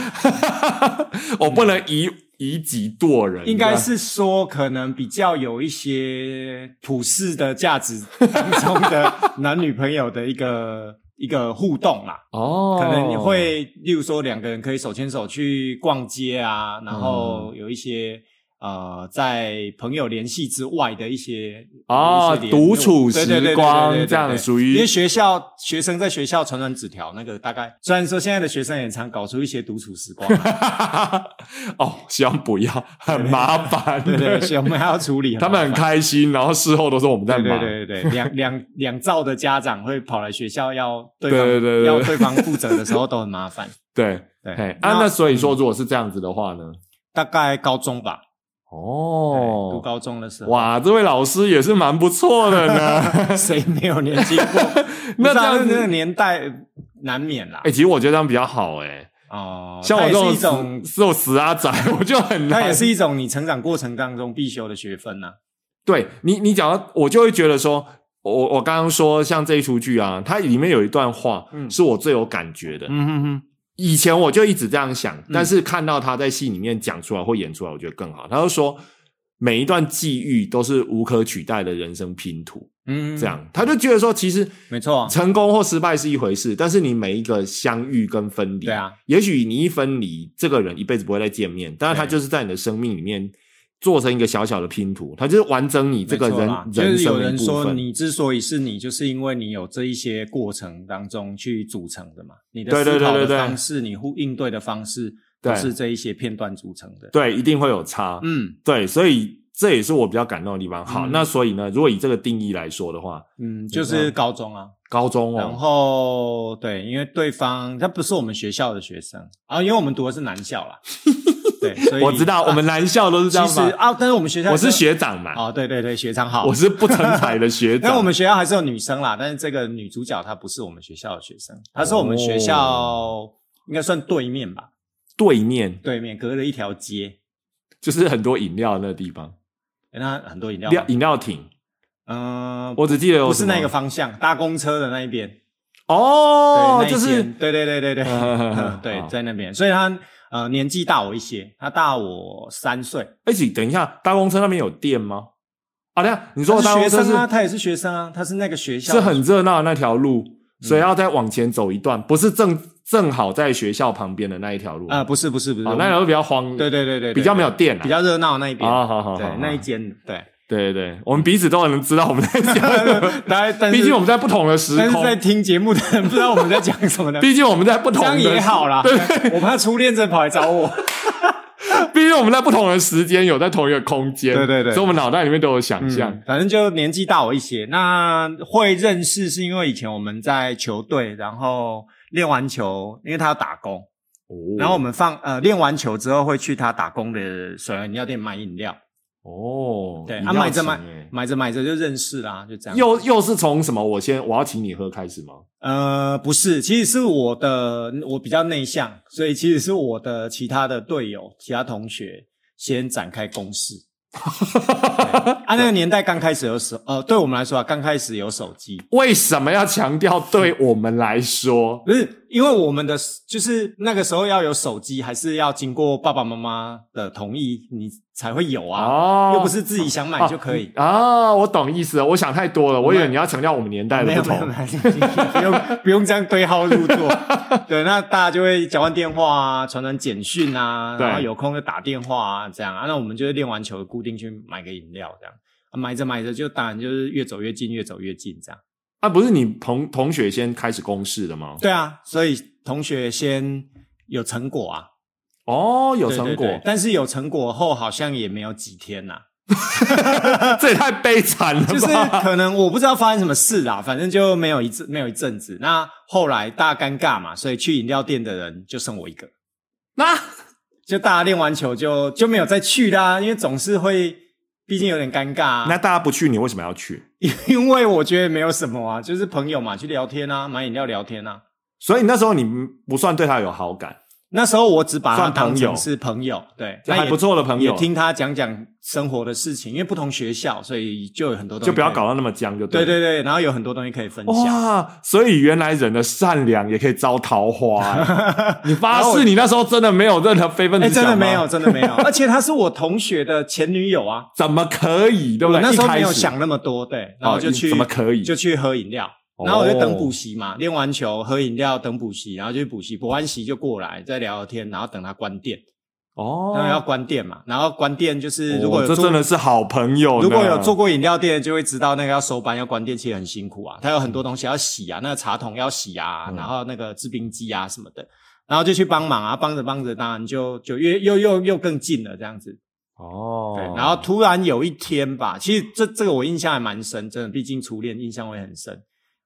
A: [LAUGHS] 我不能以以己度人，
B: 应该是说，可能比较有一些普世的价值当中的男女朋友的一个一个互动啦。
A: 哦，
B: 可能你会，例如说两个人可以手牵手去逛街啊，
A: 嗯
B: 然后有一些、呃，在朋友联系之外的一些
A: 哦
B: 有一些联
A: 独
B: 络
A: 处
B: 对对对对
A: 时光
B: 对对对
A: 这样
B: 对
A: 属于
B: 因为学校学生在学校传传纸条那个大概，虽然说现在的学生也常搞出一些独处时光啊、
A: [LAUGHS] 哦，希望不要，很麻烦。
B: 对
A: [LAUGHS]
B: 对，所以我们还要处理麻
A: 他们
B: 烦。
A: 很开心，然后事后都说我们在
B: 对
A: 忙。
B: 对对对对，两两两兆的家长会跑来学校要对方
A: 对对对对
B: 要对方负责的时候都很麻烦。
A: 对
B: 对嗯
A: 嘿啊，那所以说，如果是这样子的话呢？
B: 大概高中吧，对读
A: 哦，
B: 高中的时候，
A: 哇，这位老师也是蛮不错的
B: [LAUGHS]
A: 呢。
B: 谁没有年轻 [LAUGHS] 过？
A: 那
B: 不
A: 这
B: 知道
A: 样
B: 那个
A: 子，
B: 年代难免啦
A: 哎、。其实我觉得这样比较好哎、
B: 哦，
A: 像我
B: 它
A: 这种
B: 也是一种，
A: 死这种死阿仔， [LAUGHS] 我就很
B: 它也
A: 难。
B: 是一种你成长过程当中必修的学分呐。
A: 对你，你讲到我就会觉得说，我我刚刚说像这一出剧啊，它里面有一段话，
B: 嗯
A: 是我最有感觉的。
B: 嗯哼哼，
A: 以前我就一直这样想，
B: 嗯
A: 但是看到他在戏里面讲出来或演出来，我觉得更好。他就说，每一段际遇都是无可取代的人生拼图，
B: 嗯，
A: 这样他就觉得说，其实
B: 没错啊。
A: 成功或失败是一回事，但是你每一个相遇跟分离，
B: 对啊，
A: 也许你一分离，这个人一辈子不会再见面，但是他
B: 对
A: 就是在你的生命里面做成一个小小的拼图，它就是完整你这个
B: 没
A: 人
B: 错啦就
A: 人
B: 是有
A: 生的
B: 人
A: 一部
B: 说，
A: 分。
B: 你之所以是你，就是因为你有这一些过程当中去组成的嘛。你的
A: 对对
B: 思考
A: 对对
B: 的
A: 对
B: 方式，你互应对的方式，
A: 对
B: 都是这一些片段组成的。
A: 对，一定会有差。
B: 嗯
A: 对，所以这也是我比较感动的地方。好，
B: 嗯
A: 那所以呢，如果以这个定义来说的话，
B: 嗯，就是高中啊，
A: 高中
B: 然
A: 哦，
B: 后对，因为对方他不是我们学校的学生啊，因为我们读的是男校啦。对，所以
A: 我知道、
B: 啊
A: 我们男校都是这
B: 其
A: 样
B: 实
A: 吧。
B: 啊，但是我们学校
A: 我是
B: 还
A: 学长嘛，
B: 哦，对对对，学长好，
A: 我是不成才的学
B: [LAUGHS]
A: 长。
B: 那我们学校还是有女生啦，但是这个女主角她不是我们学校的学生，她是我们学
A: 哦
B: 校应该算对面吧，
A: 对面
B: 对面隔了一条街，
A: 就是很多饮料的那个地方，
B: 诶那很多饮料
A: 料
B: 吗，
A: 饮料亭，
B: 嗯，
A: 我只记得有
B: 不是
A: 什么
B: 那个方向，搭公车的那一边，
A: 哦，
B: 对那一
A: 就是
B: 间对对
A: [LAUGHS]
B: 对对对，嗯对
A: 好，
B: 在那边，所以她呃年纪大我一些，她大我三岁，
A: 而且哎等一下，大公车那边有店吗？啊，等一下你
B: 她
A: 说的
B: 是
A: 大公
B: 学
A: 车
B: 生
A: 是
B: 啊，她也是学生啊，她是那个学校嗯
A: 是很热闹的那条路，所以要再往前走一段，不是正正好在学校旁边的那一条路
B: 啊，不是不是不是，
A: 哦，那条路比较荒，
B: 对对对对，对
A: 比较没有电啊
B: 比较热闹那一边，
A: 啊，好好好，
B: 对
A: 好
B: 那一间
A: [LAUGHS]
B: 对。
A: 对对对，我们彼此都能知道我们在
B: [LAUGHS]
A: 讲，
B: 来，但是
A: 毕竟我们在不同的时
B: 但是
A: 空，。
B: 在听节目的人不知道我们在讲什么呢
A: [LAUGHS] 毕竟我们在不
B: 这
A: 同
B: 样
A: 的
B: 也好啦，
A: 对，
B: 我怕初恋真的跑来找我。
A: 毕竟我们在不同的时间有在同一个空间，
B: 对对对
A: 所以我们脑袋里面都有想象。
B: 嗯，反正就年纪大我一些，那会认识是因为以前我们在球队，然后练完球，因为他要打工，
A: 哦
B: 然后我们放呃练完球之后会去他打工的水饮料店买饮料，
A: 哦，
B: 对，
A: 饮
B: 啊
A: 料
B: 买着
A: 请
B: 买
A: 欸
B: 买着买着就认识啦，就这样。
A: 又又是从什么？我先我要请你喝开始吗？
B: 呃，不是，其实是我的，我比较内向，所以其实是我的其他的队友、其他同学先展开攻势。对啊，那个年代刚开始有手，呃，对我们来说啊，刚开始有手机，
A: 为什么要强调对我们来说？
B: 不是因为我们的就是那个时候要有手机，还是要经过爸爸妈妈的同意，你才会有啊，
A: 哦，
B: 又不是自己想买就可以。
A: 啊，我懂意思了。我想太多了，我以为
B: 们
A: 你要强调我们年代
B: 没
A: 的
B: 有
A: 哦不
B: 没有
A: 同
B: [LAUGHS] 没。有，不用不用这样对号
A: [LAUGHS]
B: 入座。对，那大家就会讲完电话啊，传传简讯啊，
A: 对
B: 然后有空就打电话啊，这样啊。那我们就是练完球固定去买个饮料，这样、啊、买着买着就当然就是越走越近，越走越近这样。
A: 啊，不是你同同学先开始公示的吗？
B: 对啊，所以同学先有成果啊，
A: 哦，有
B: 对
A: 成
B: 对
A: 果
B: 对，但是有成果后好像也没有几天呐、
A: 这也太悲惨了吧？
B: 就是可能我不知道发生什么事啦，反正就没有一阵没有一阵子。那后来大家尴尬嘛，所以去饮料店的人就剩我一个。
A: 那
B: 就大家练完球就就没有再去啦，因为总是会，毕竟有点尴尬、
A: 那
B: 啊。
A: 大家不去，你为什么要去？
B: 因为我觉得没有什么啊，就是朋友嘛，去聊天啊，买饮料聊天啊。
A: 所以那时候你不算对他有好感，
B: 那时候我只把他
A: 算朋
B: 当成
A: 友
B: 是朋友，对，
A: 就还
B: 那
A: 不错的朋
B: 也
A: 友，
B: 听他讲讲生活的事情，因为不同学校，所以就有很多东西
A: 就不要
B: 可以。
A: 搞到那么僵就
B: 对
A: 对
B: 对
A: 了。
B: 对，然后有很多东西可以分享。
A: 哇！所以原来人的善良也可以招桃花、
B: [LAUGHS]
A: 欸你发
B: 然后我
A: 誓，你那时候真的没有任何非分
B: 哎、
A: 之想
B: 真的
A: 吗
B: 没有，，真的
A: [LAUGHS]
B: 没有，而且她是我同学的前女友啊，
A: 怎么可以？对不
B: 我
A: 对？
B: 那时候
A: 一开
B: 没
A: 始
B: 有想那么多，对，然后就去、
A: 哦怎么可以？
B: 就去喝饮料，
A: 哦
B: 然后我就等补习嘛，练完球喝饮料等补习，然后就去补习，补完习就过来再聊聊天，然后等他关店，
A: 哦，
B: 当然要关店嘛，然后关店就是如果
A: 哦
B: 有
A: 这
B: 做、
A: 真的是好朋友呢，
B: 如果有做过饮料店的就会知道那个要收班要关店其实很辛苦啊，它有很多东西要洗啊，那个茶桶要洗啊，
A: 嗯
B: 然后那个制冰机啊什么的，然后就去帮忙啊，帮着帮着，当然就就越又又又更近了这样子，
A: 哦，
B: 对，然后突然有一天吧，其实这这个我印象还蛮深，真的，毕竟初恋印象会很深。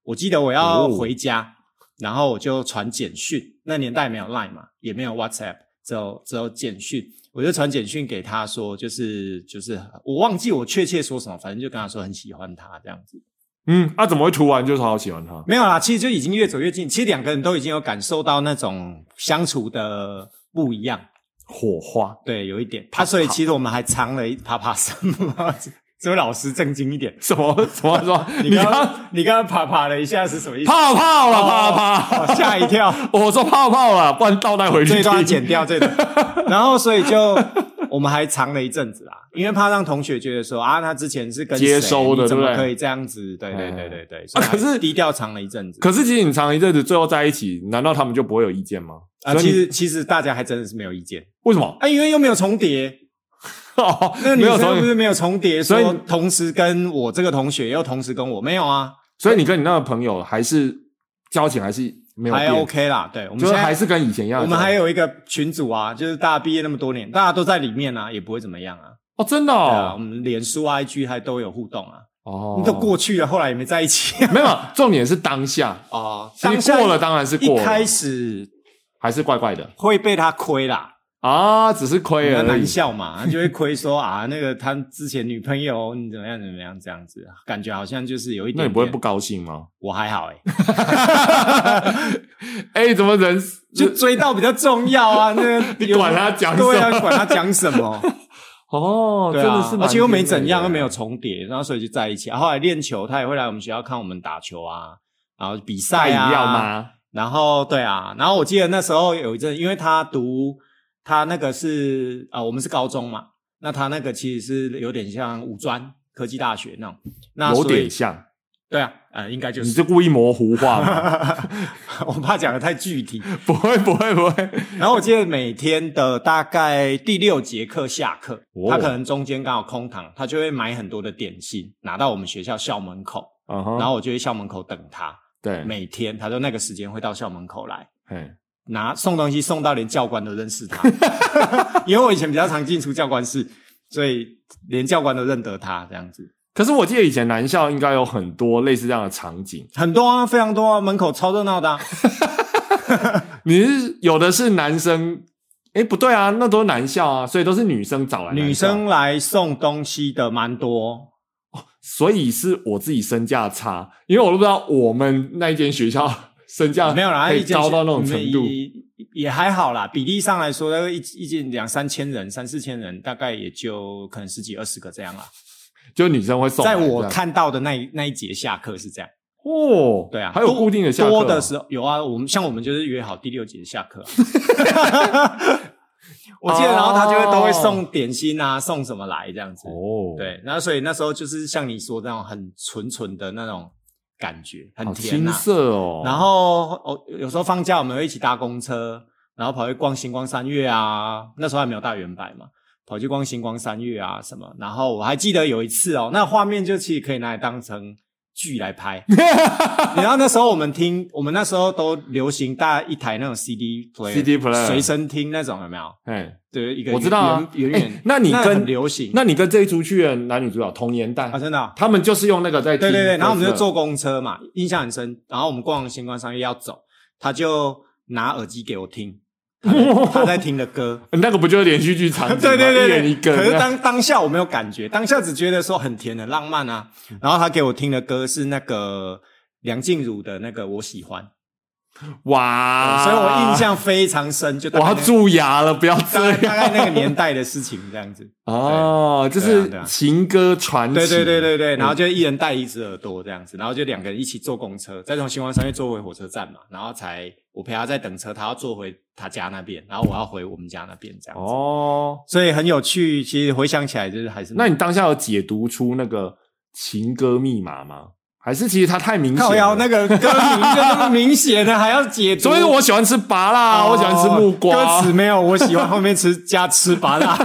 B: 我记得我要回家，然后我就传简讯，那年代没有 Line 嘛，也没有 WhatsApp，只有只有简讯，我就传简讯给他说，就是就是我忘记我确切说什么，反正就跟他说很喜欢他这样子。
A: 嗯，啊，怎么会突然就好喜欢他？
B: 没有啦，其实就已经越走越近，其实两个人都已经有感受到那种相处的不一样。
A: 火花， [LAUGHS]
B: 对，有一点。他、所以其实我们还藏了一 [LAUGHS] 爬爬山嘛，所以老师正经一点。
A: 什么什么什么？
B: [LAUGHS] 你
A: 你
B: 刚
A: 刚
B: 刚你刚刚爬爬了一下是什么意思？
A: 泡泡了，泡
B: 哦
A: 泡，
B: 哦吓一跳，
A: [LAUGHS] 我说泡泡了，不然倒带回去
B: 这
A: 听。
B: 一段剪掉这一段。然后所以就我们还藏了一阵子啦，因为怕让同学觉得说啊，他之前是跟谁
A: 接收的
B: 你怎
A: 对
B: 么
A: 不对
B: 可以这样子？对对对对对。
A: 啊可是
B: 所以低调藏了一阵子。
A: 可是其实你长一阵子，最后在一起，难道他们就不会有意见吗？
B: 啊，
A: 所以
B: 其
A: 你
B: 实其实大家还真的是没有意见
A: 为什么？
B: 啊，因为又没有重叠。
A: 哦，
B: 那
A: [LAUGHS]
B: 女
A: 没有
B: 生
A: 同
B: 不是没有重叠，
A: 所以
B: 说同时跟我这个同学又同时跟我，没有啊，
A: 所以你跟你那个朋友还是交情还是没有
B: 还
A: 变，
B: OK 啦。对，我们
A: 就
B: 现
A: 是
B: 在
A: 还是跟以前一样的
B: 我
A: 交情。
B: 们还有一个群组啊，就是大家毕业那么多年，大家都在里面啊，也不会怎么样啊。
A: 哦，真的
B: 对啊，我
A: 哦，
B: 们脸书、IG 还都有互动啊。
A: 哦
B: 你，都过去了，后来也没在一起啊。
A: 没有？重点是当下，
B: [LAUGHS] 哦，
A: 其实过了当然是过
B: 一
A: 了，
B: 开始
A: 还是怪怪的
B: 会被他亏啦，
A: 啊，只是亏
B: 人家
A: 而已
B: 男。校嘛，他就会亏说啊，那个他之前女朋友你怎么样怎么样这样子，啊感觉好像就是有一
A: 那
B: 点
A: 你不会
B: 点
A: 不高兴吗？
B: 我还好
A: [LAUGHS]
B: 哎、
A: 哎、怎么人
B: 就追到比较重要啊。那个
A: [LAUGHS] 你管他讲什么
B: 对啊，管他讲什么？
A: 哦，
B: 对
A: 真的
B: 啊
A: 是，蛮欸
B: 而且又没
A: 拼的
B: 怎样，
A: 耶
B: 又没有啊重叠，然后所以就在一起。啊后来练球，他也会来我们学校看我们打球啊，然后比
A: 带
B: 赛
A: 饮
B: 啊，
A: 料吗？
B: 然后对啊，然后我记得那时候有一阵，因为他读他那个是啊、呃我们是高中嘛，那他那个其实是有点像五专科技大学那种，那
A: 有
B: 所以
A: 点像，
B: 对啊，呃，应该就
A: 你
B: 是
A: 是。故意模糊化吗？
B: [LAUGHS] 我怕讲的太具体。
A: 不会，不会，不会。
B: 然后我记得每天的大概第六节课下课，
A: 哦
B: 他可能中间刚好空堂，他就会买很多的点心拿到我们学校校门口，
A: 嗯哼，
B: 然后我就去校门口等他。
A: 对，
B: 每天他说那个时间会到校门口来，
A: 嘿
B: 拿送东西送到连教官都认识他， [LAUGHS] 因为我以前比较常进出教官室，所以连教官都认得他这样子。
A: 可是我记得以前南校应该有很多类似这样的场景。
B: 很多啊，非常多啊，门口超热闹的、啊。
A: 你是有的是男生，哎、不对啊，那都是男校啊，所以都是女生找来男校啊
B: 女，生来送东西的蛮多，
A: 所以是我自己身价差，因为我都不知道我们那一间学校身价
B: 没有啦，
A: 啊可以
B: 一间
A: 高到那种
B: 你们
A: 程度。
B: 也也还好啦。比例上来说，大概一一间两三千人、三四千人，大概也就可能十几二十个这样啦。
A: 就女生会送来
B: 在
A: 这样，
B: 我看到的那一那一节下课是这样。
A: 哦，
B: 对啊，
A: 还有固定的下课、
B: 多的时候有啊，我们像我们就是约好第六节下课啊、我记得，
A: 哦
B: 然后他就会都会送点心啊，送什么来这样子。
A: 哦，，
B: 对，然后所以那时候就是像你说的那种很纯纯的那种感觉，很
A: 好
B: 甜
A: 青
B: 呐、
A: 涩哦。
B: 然后哦，有时候放假我们会一起搭公车，然后跑去逛星光三月啊，那时候还没有大圆百嘛，跑去逛星光三月啊什么。然后我还记得有一次哦，那画面就其实可以拿来当成剧来拍。
A: [LAUGHS]
B: 你知道那时候我们听，我们那时候都流行大家一台那种 CD player、
A: CD player
B: 随身听那种有没有？
A: 哎，
B: 对，一个
A: 我知道啊
B: 远远远
A: 哎，那你
B: 很
A: 跟
B: 流行
A: 那你跟这一出剧的男女主角同年代
B: 啊，真的啊、
A: 他们就是用那个在听
B: 对对对，然后我们就
A: 歌
B: 坐公车嘛，印象很深。然后我们逛星光商业要走，他就拿耳机给我听，
A: [LAUGHS]
B: 他
A: 哦
B: 在他在听的歌。
A: 那个不就是连续剧场景吗？
B: [LAUGHS] 对对对
A: 一人
B: 对，
A: 一个。
B: 可是
A: 那样
B: 当当下我没有感觉，当下只觉得说很甜很浪漫啊。然后他给我听的歌是那个梁静茹的那个我喜欢，
A: 哇，
B: [LAUGHS] 所以我印象非常深，就大
A: 啊 [LAUGHS] 我
B: 概
A: 要
B: 那
A: 蛀牙了，不要
B: 大
A: 这
B: 概大概
A: 样
B: 那个年代的事情这样子。
A: [LAUGHS] 哦，就
B: 对啊
A: 是
B: 对啊
A: 情歌传奇，
B: 对对对对对，然后就一人戴一只耳朵这样子，然后就两个人一起坐公车，再从星光商业坐回火车站嘛，然后才我陪他在等车，他要坐回他家那边，然后我要回我们家那边这样子。哦，
A: 哦，
B: 所以很有趣，其实回想起来就是还是
A: 那你当下有解读出那个情歌密码吗？还是其实它太明显
B: 靠
A: 了？
B: 腰那个歌名就那么明显的，还要 [LAUGHS] 解读。哦
A: 所以我喜欢吃拔啦，
B: 啊
A: 我喜欢吃木瓜。啊
B: 歌词没有，我喜欢后面吃加吃拔辣。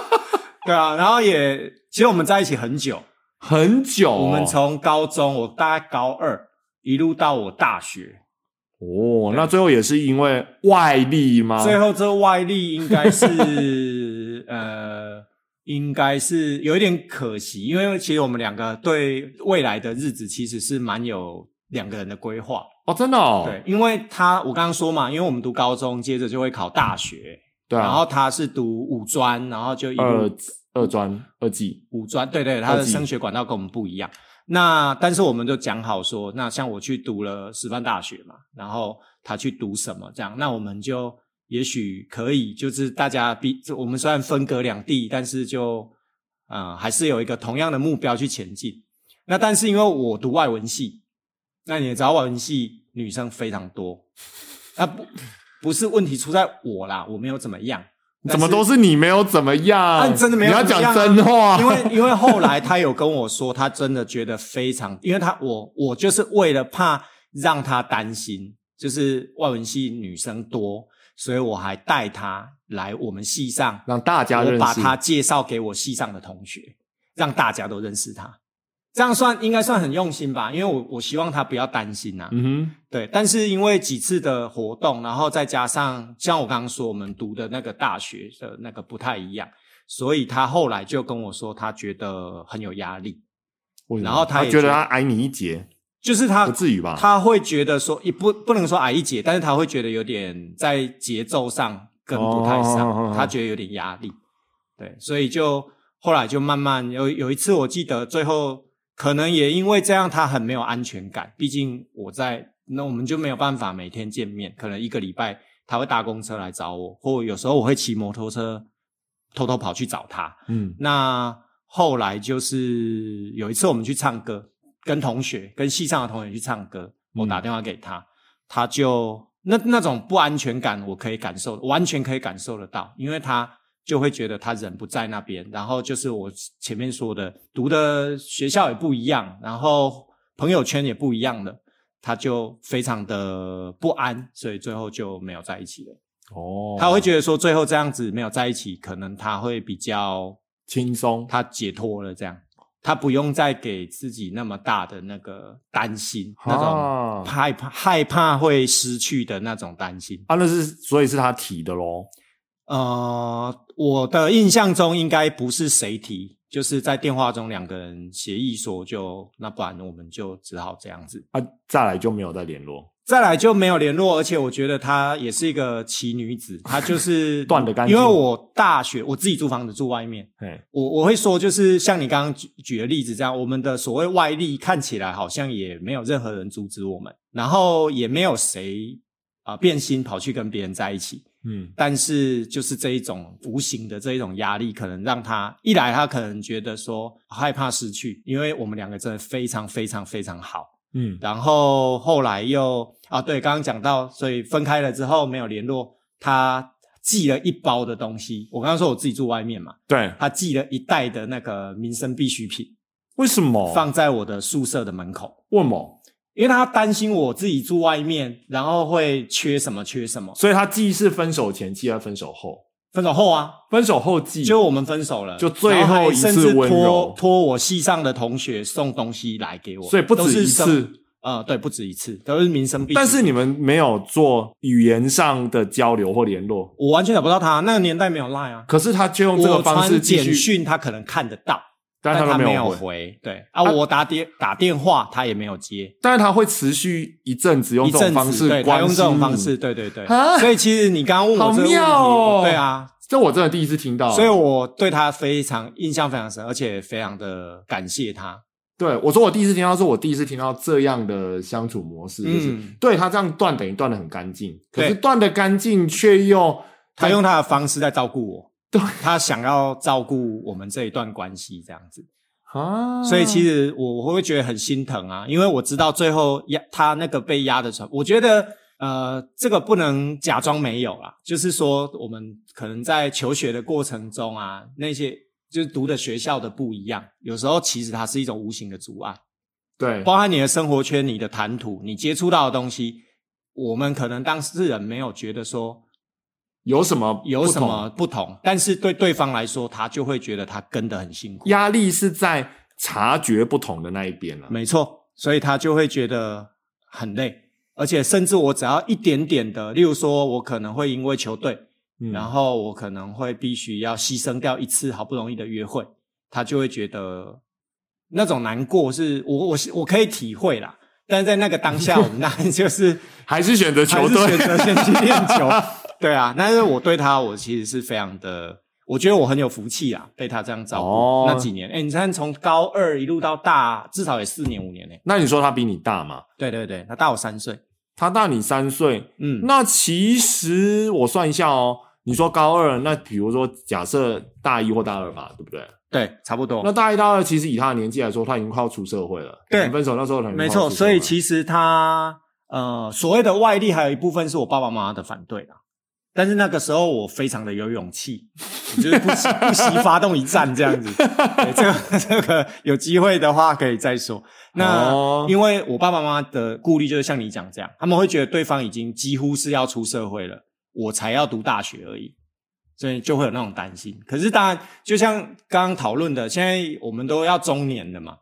B: [LAUGHS] 对啊，然后也其实我们在一起很久，
A: 很久哦、
B: 我们从高中我大概高二一路到我大学。
A: 哦，那最后也是因为外力吗？
B: 最后这外力应该是 [LAUGHS] 呃，应该是有一点可惜，因为其实我们两个对未来的日子其实是蛮有两个人的规划。
A: 哦，真的哦，
B: 对，因为他我刚刚说嘛，因为我们读高中，接着就会考大学，
A: 对啊，
B: 然后他是读五专，然后就一
A: 二
B: 路
A: 二专二技，
B: 五专，对对，他
A: 二
B: 的
A: 技
B: 升学管道跟我们不一样。那但是我们就讲好说，那像我去读了师范大学嘛，然后他去读什么这样，那我们就也许可以，就是大家比就我们虽然分隔两地，但是就呃还是有一个同样的目标去前进。那但是因为我读外文系，那你也知道外文系女生非常多，那不不是问题出在我啦，我没有怎么样，
A: 怎么
B: 但是
A: 都是你没有怎么样，
B: 啊你真的没有
A: 你要
B: 怎么样
A: 讲
B: 啊
A: 真话，
B: [LAUGHS]
A: [LAUGHS]
B: 因为因为后来他有跟我说，他真的觉得非常，因为他我我就是为了怕让他担心，就是外文系女生多，所以我还带他来我们系上，
A: 让大家认识
B: 我把他介绍给我系上的同学，让大家都认识他。这样算应该算很用心吧，因为我我希望他不要担心呐、啊。
A: 嗯
B: 对，但是因为几次的活动，然后再加上像我刚刚说，我们读的那个大学的那个不太一样，所以他后来就跟我说，他觉得很有压力，
A: 哼，
B: 然后他
A: 他
B: 也
A: 觉得
B: 觉得
A: 他矮你一截，
B: 就是他
A: 不至于吧？
B: 他会觉得说，也不不能说矮一截，但是他会觉得有点在节奏上跟不太上，
A: 哦哦哦哦哦
B: 他觉得有点压力。对，所以就后来就慢慢有有一次，我记得最后可能也因为这样，他很没有安全感。毕竟我在那，我们就没有办法每天见面，可能一个礼拜他会搭公车来找我，或有时候我会骑摩托车偷偷跑去找他。
A: 嗯，
B: 那后来就是有一次我们去唱歌，跟同学、跟系上的同学去唱歌，我
A: 嗯
B: 打电话给他，他就那那种不安全感，我可以感受，完全可以感受得到，因为他就会觉得他人不在那边，然后就是我前面说的，读的学校也不一样，然后朋友圈也不一样了，他就非常的不安，所以最后就没有在一起了。
A: 哦，
B: 他会觉得说，最后这样子没有在一起，可能他会比较
A: 轻松，
B: 他解脱了，这样他不用再给自己那么大的那个担心，那
A: 啊
B: 种害怕害怕会失去的那种担心。
A: 啊，那是所以是他提的咯。
B: 呃，我的印象中应该不是谁提，就是在电话中两个人协议说就那不然我们就只好这样子。
A: 啊，再来就没有再联络，
B: 再来就没有联络，而且我觉得她也是一个奇女子，她就
A: [LAUGHS]
B: 是
A: 断得干净
B: 因为我大学我自己租房子住外面，
A: 嘿，
B: 我我会说，就是像你刚刚举举的例子这样，我们的所谓外力看起来好像也没有任何人阻止我们，然后也没有谁啊、呃变心跑去跟别人在一起，
A: 嗯，
B: 但是就是这一种无形的这一种压力，可能让他一来他可能觉得说害怕失去，因为我们两个真的非常非常非常好，
A: 嗯，
B: 然后后来又啊，对，刚刚讲到，所以分开了之后没有联络，他寄了一包的东西，我刚刚说我自己住外面嘛。
A: 对，
B: 他寄了一袋的那个民生必需品，
A: 为什么？
B: 放在我的宿舍的门口，
A: 问某，
B: 因为他担心我自己住外面，然后会缺什么缺什么。
A: 所以他既是分手前，既要分手后，
B: 分手后啊，
A: 分手后记
B: 就我们分手了，
A: 就最
B: 然
A: 后
B: 还
A: 一
B: 甚
A: 次
B: 至
A: 温柔
B: 托托我系上的同学送东西来给我，
A: 所以不
B: 都
A: 止
B: 是
A: 一
B: 生
A: 次。
B: 呃，对，不止一次，都是民生必需。
A: 但是你们没有做语言上的交流或联络，
B: 我完全找不到他，那个年代没有 Line 啊，
A: 可是他却用这
B: 我
A: 个方式
B: 传
A: 继
B: 简
A: 续，
B: 讯他可能看得到，
A: 但
B: 但
A: 他
B: 他
A: 都
B: 没
A: 有
B: 有
A: 回，
B: 回。对啊，我打电打电话他也没有接，
A: 但是他会持续一阵子用
B: 一
A: 这
B: 阵
A: 种
B: 子，
A: 方式
B: 对，他
A: 关
B: 用这种
A: 心
B: 方
A: 你
B: 式，，对对对
A: 啊。
B: 所以其实你刚刚问我
A: 好
B: 这个问题，
A: 妙哦
B: 对啊，
A: 这我真的第一次听到。
B: 所以我对他非常印象非常深，而且非常的感谢他。
A: 对我说，我第一次听到，是我第一次听到这样的相处模式，就是、
B: 嗯
A: 对他这样断，等于断的很干净，可是
B: 对
A: 断的干净却又
B: 他用他的方式在照顾我，
A: 对
B: 他想要照顾我们这一段关系这样子，
A: 啊，
B: 所以其实我我会觉得很心疼啊，因为我知道最后压他那个被压的船，我觉得呃这个不能假装没有啦，就是说我们可能在求学的过程中啊，那些就是读的学校的不一样，有时候其实它是一种无形的阻碍。
A: 对
B: 包含你的生活圈、你的谈吐、你接触到的东西，我们可能当事人没有觉得说
A: 有什么
B: 有
A: 不
B: 什
A: 同
B: 么不同，但是对对方来说，他就会觉得他跟得很辛苦。
A: 压力是在察觉不同的那一边啊了、
B: 没错，所以他就会觉得很累，而且甚至我只要一点点的，例如说，我可能会因为球队，
A: 嗯
B: 然后我可能会必须要牺牲掉一次好不容易的约会，他就会觉得那种难过是我我是我可以体会啦。但是在那个当下，我们当
A: [LAUGHS]
B: 然就是
A: 还是选择球队
B: 还是选择先去练球。对啊，但是我对他，我其实是非常的，我觉得我很有福气啊，被他这样照顾、
A: 哦
B: 那几年。哎、你看从高二一路到大，至少也四年五年呢、
A: 那你说他比你大嘛？
B: 对对对，他大我三岁。
A: 他大你三岁，
B: 嗯，
A: 那其实我算一下哦，你说高二，那比如说假设大一或大二吧，对不对？
B: 对，差不
A: 那
B: 多。
A: 大一、大二其实以他的年纪来说，他已经快要出社会了。
B: 对
A: 你分手那时候他已经快
B: 没
A: 要
B: 错，
A: 出社
B: 所
A: 会了
B: 以其实他呃所谓的外力，还有一部分是我爸爸妈妈的反对啦。但是那个时候我非常的有勇气，我就是不惜不惜发动一战这样 [LAUGHS] 子。对这个这个有机会的话可以再说。那、
A: 哦
B: 因为我爸爸妈妈的顾虑就是像你讲这样，他们会觉得对方已经几乎是要出社会了，我才要读大学而已，所以就会有那种担心。可是当然，就像刚刚讨论的，现在我们都要中年了嘛，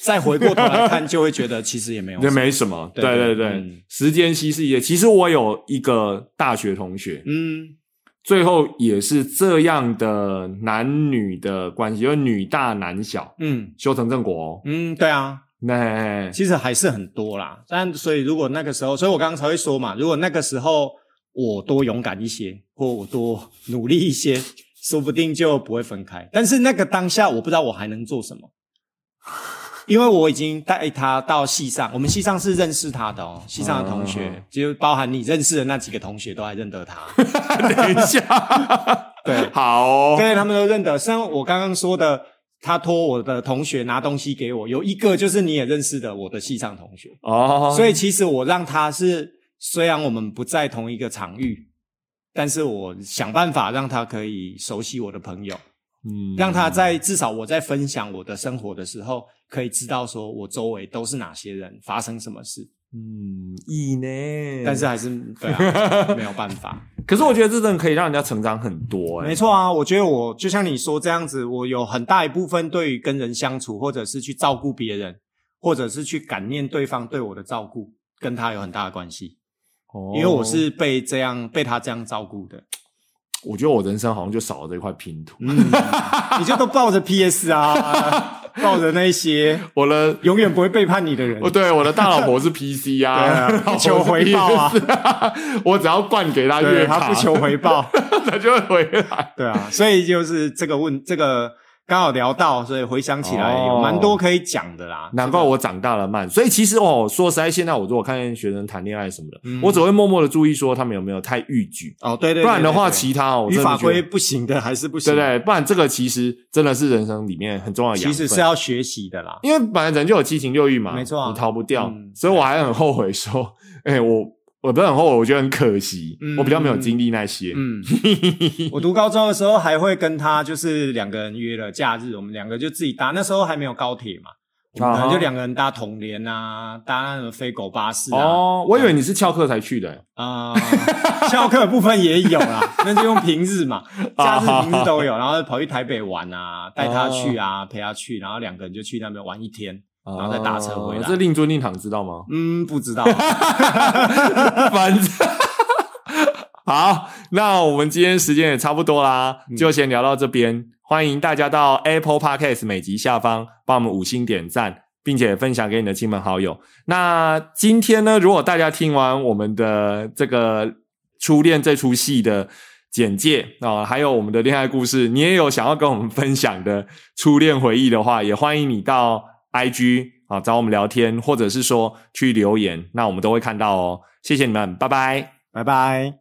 B: 再回过头来看，就会觉得其实也没
A: [LAUGHS]
B: 有
A: 也
B: 什么
A: 没什么，
B: 对
A: 对
B: 对
A: 对
B: 嗯
A: 对，时间稀释一些。其实我有一个大学同学，
B: 嗯
A: 最后也是这样的男女的关系，就是女大男小，
B: 嗯
A: 修成正果、哦。
B: 嗯，对啊，
A: 那
B: 其实还是很多啦。但所以如果那个时候，所以我刚刚才会说嘛，如果那个时候我多勇敢一些，或我多努力一些，说不定就不会分开。但是那个当下，我不知道我还能做什么，因为我已经带他到系上，我们系上是认识他的哦，系上的
A: 嗯
B: 同
A: 嗯
B: 学
A: 嗯，
B: 就包含你认识的那几个同学都还认得他。
A: 等一下，
B: [LAUGHS] 对
A: 好、哦，
B: 对，他们都认得。像我刚刚说的，他托我的同学拿东西给我，有一个就是你也认识的我的系上同学。
A: 哦，
B: 所以其实我让他是，虽然我们不在同一个场域，但是我想办法让他可以熟悉我的朋友，
A: 嗯
B: 让他在至少我在分享我的生活的时候，可以知道说我周围都是哪些人，发生什么事。
A: 嗯意呢，
B: 但是还是对 [LAUGHS] 啊，没有办法，
A: 可是我觉得这真的可以让人家成长很多、欸，
B: 没错啊。我觉得我就像你说这样子，我有很大一部分对于跟人相处，或者是去照顾别人，或者是去感念对方对我的照顾，跟他有很大的关系。
A: 哦
B: 因为我是被这样被他这样照顾的，
A: 我觉得我人生好像就少了这块拼图，
B: 嗯，你就都抱着
A: [LAUGHS]
B: PS 啊，抱着那些
A: 我的。
B: 永远不会背叛你的人
A: 哦，，对，我的大老婆是 PC 啊， [LAUGHS]
B: 对啊
A: 然后
B: 不求回报啊
A: 我是 [LAUGHS] 我只要灌给他
B: 对
A: 月
B: 他
A: 卡，
B: 不求回报，
A: [LAUGHS]
B: [LAUGHS]
A: 他就会回来。
B: 对啊，所以就是这个问这个刚好聊到，所以回想起来
A: 哦
B: 有蛮多可以讲的啦。
A: 难怪我长大了慢，所以其实哦，说实在，现在我如果看见学生谈恋爱什么的，
B: 嗯
A: 我只会默默的注意说他们有没有太逾矩，
B: 哦，对对，
A: 不然的话，
B: 对对
A: 其他哦，我
B: 语
A: 真的
B: 法
A: 觉得
B: 规不行的还是不行，
A: 对不对？不然这个其实真的是人生里面很重要的养
B: 其
A: 分。
B: 实是要学习的啦。
A: 因为本来人就有七情六欲嘛，
B: 没错啊
A: 你逃不掉，
B: 嗯
A: 所以我还很后悔说， [LAUGHS] 哎、我我不是很后悔，我觉得很可惜，
B: 嗯
A: 我比较没有经历那些。
B: 嗯， [LAUGHS] 我读高中的时候还会跟他就是两个人约了假日，我们两个就自己搭，那时候还没有高铁嘛，我们可
A: 啊
B: 能就两个人搭统联啊，搭那种飞狗巴士啊，
A: 哦，我以为你是翘课才去的、
B: 啊、翘课的部分也有啦，那就用平日嘛，假日平日都有，然后跑去台北玩啊，带他去啊，陪他去，然后两个人就去那边玩一天，然后再搭车回来？
A: 哦这令尊令堂知道吗 [LAUGHS]
B: 嗯，不知道，
A: 反正 [LAUGHS] 好，那我们今天时间也差不多啦，
B: 嗯
A: 就先聊到这边。欢迎大家到 Apple Podcast 每集下方帮我们五星点赞，并且分享给你的亲朋好友。那今天呢，如果大家听完我们的这个初恋这出戏的简介啊、还有我们的恋爱故事，你也有想要跟我们分享的初恋回忆的话，也欢迎你到 IG 啊、找我们聊天，或者是说去留言，那我们都会看到哦。谢谢你们，拜拜。
B: 拜拜。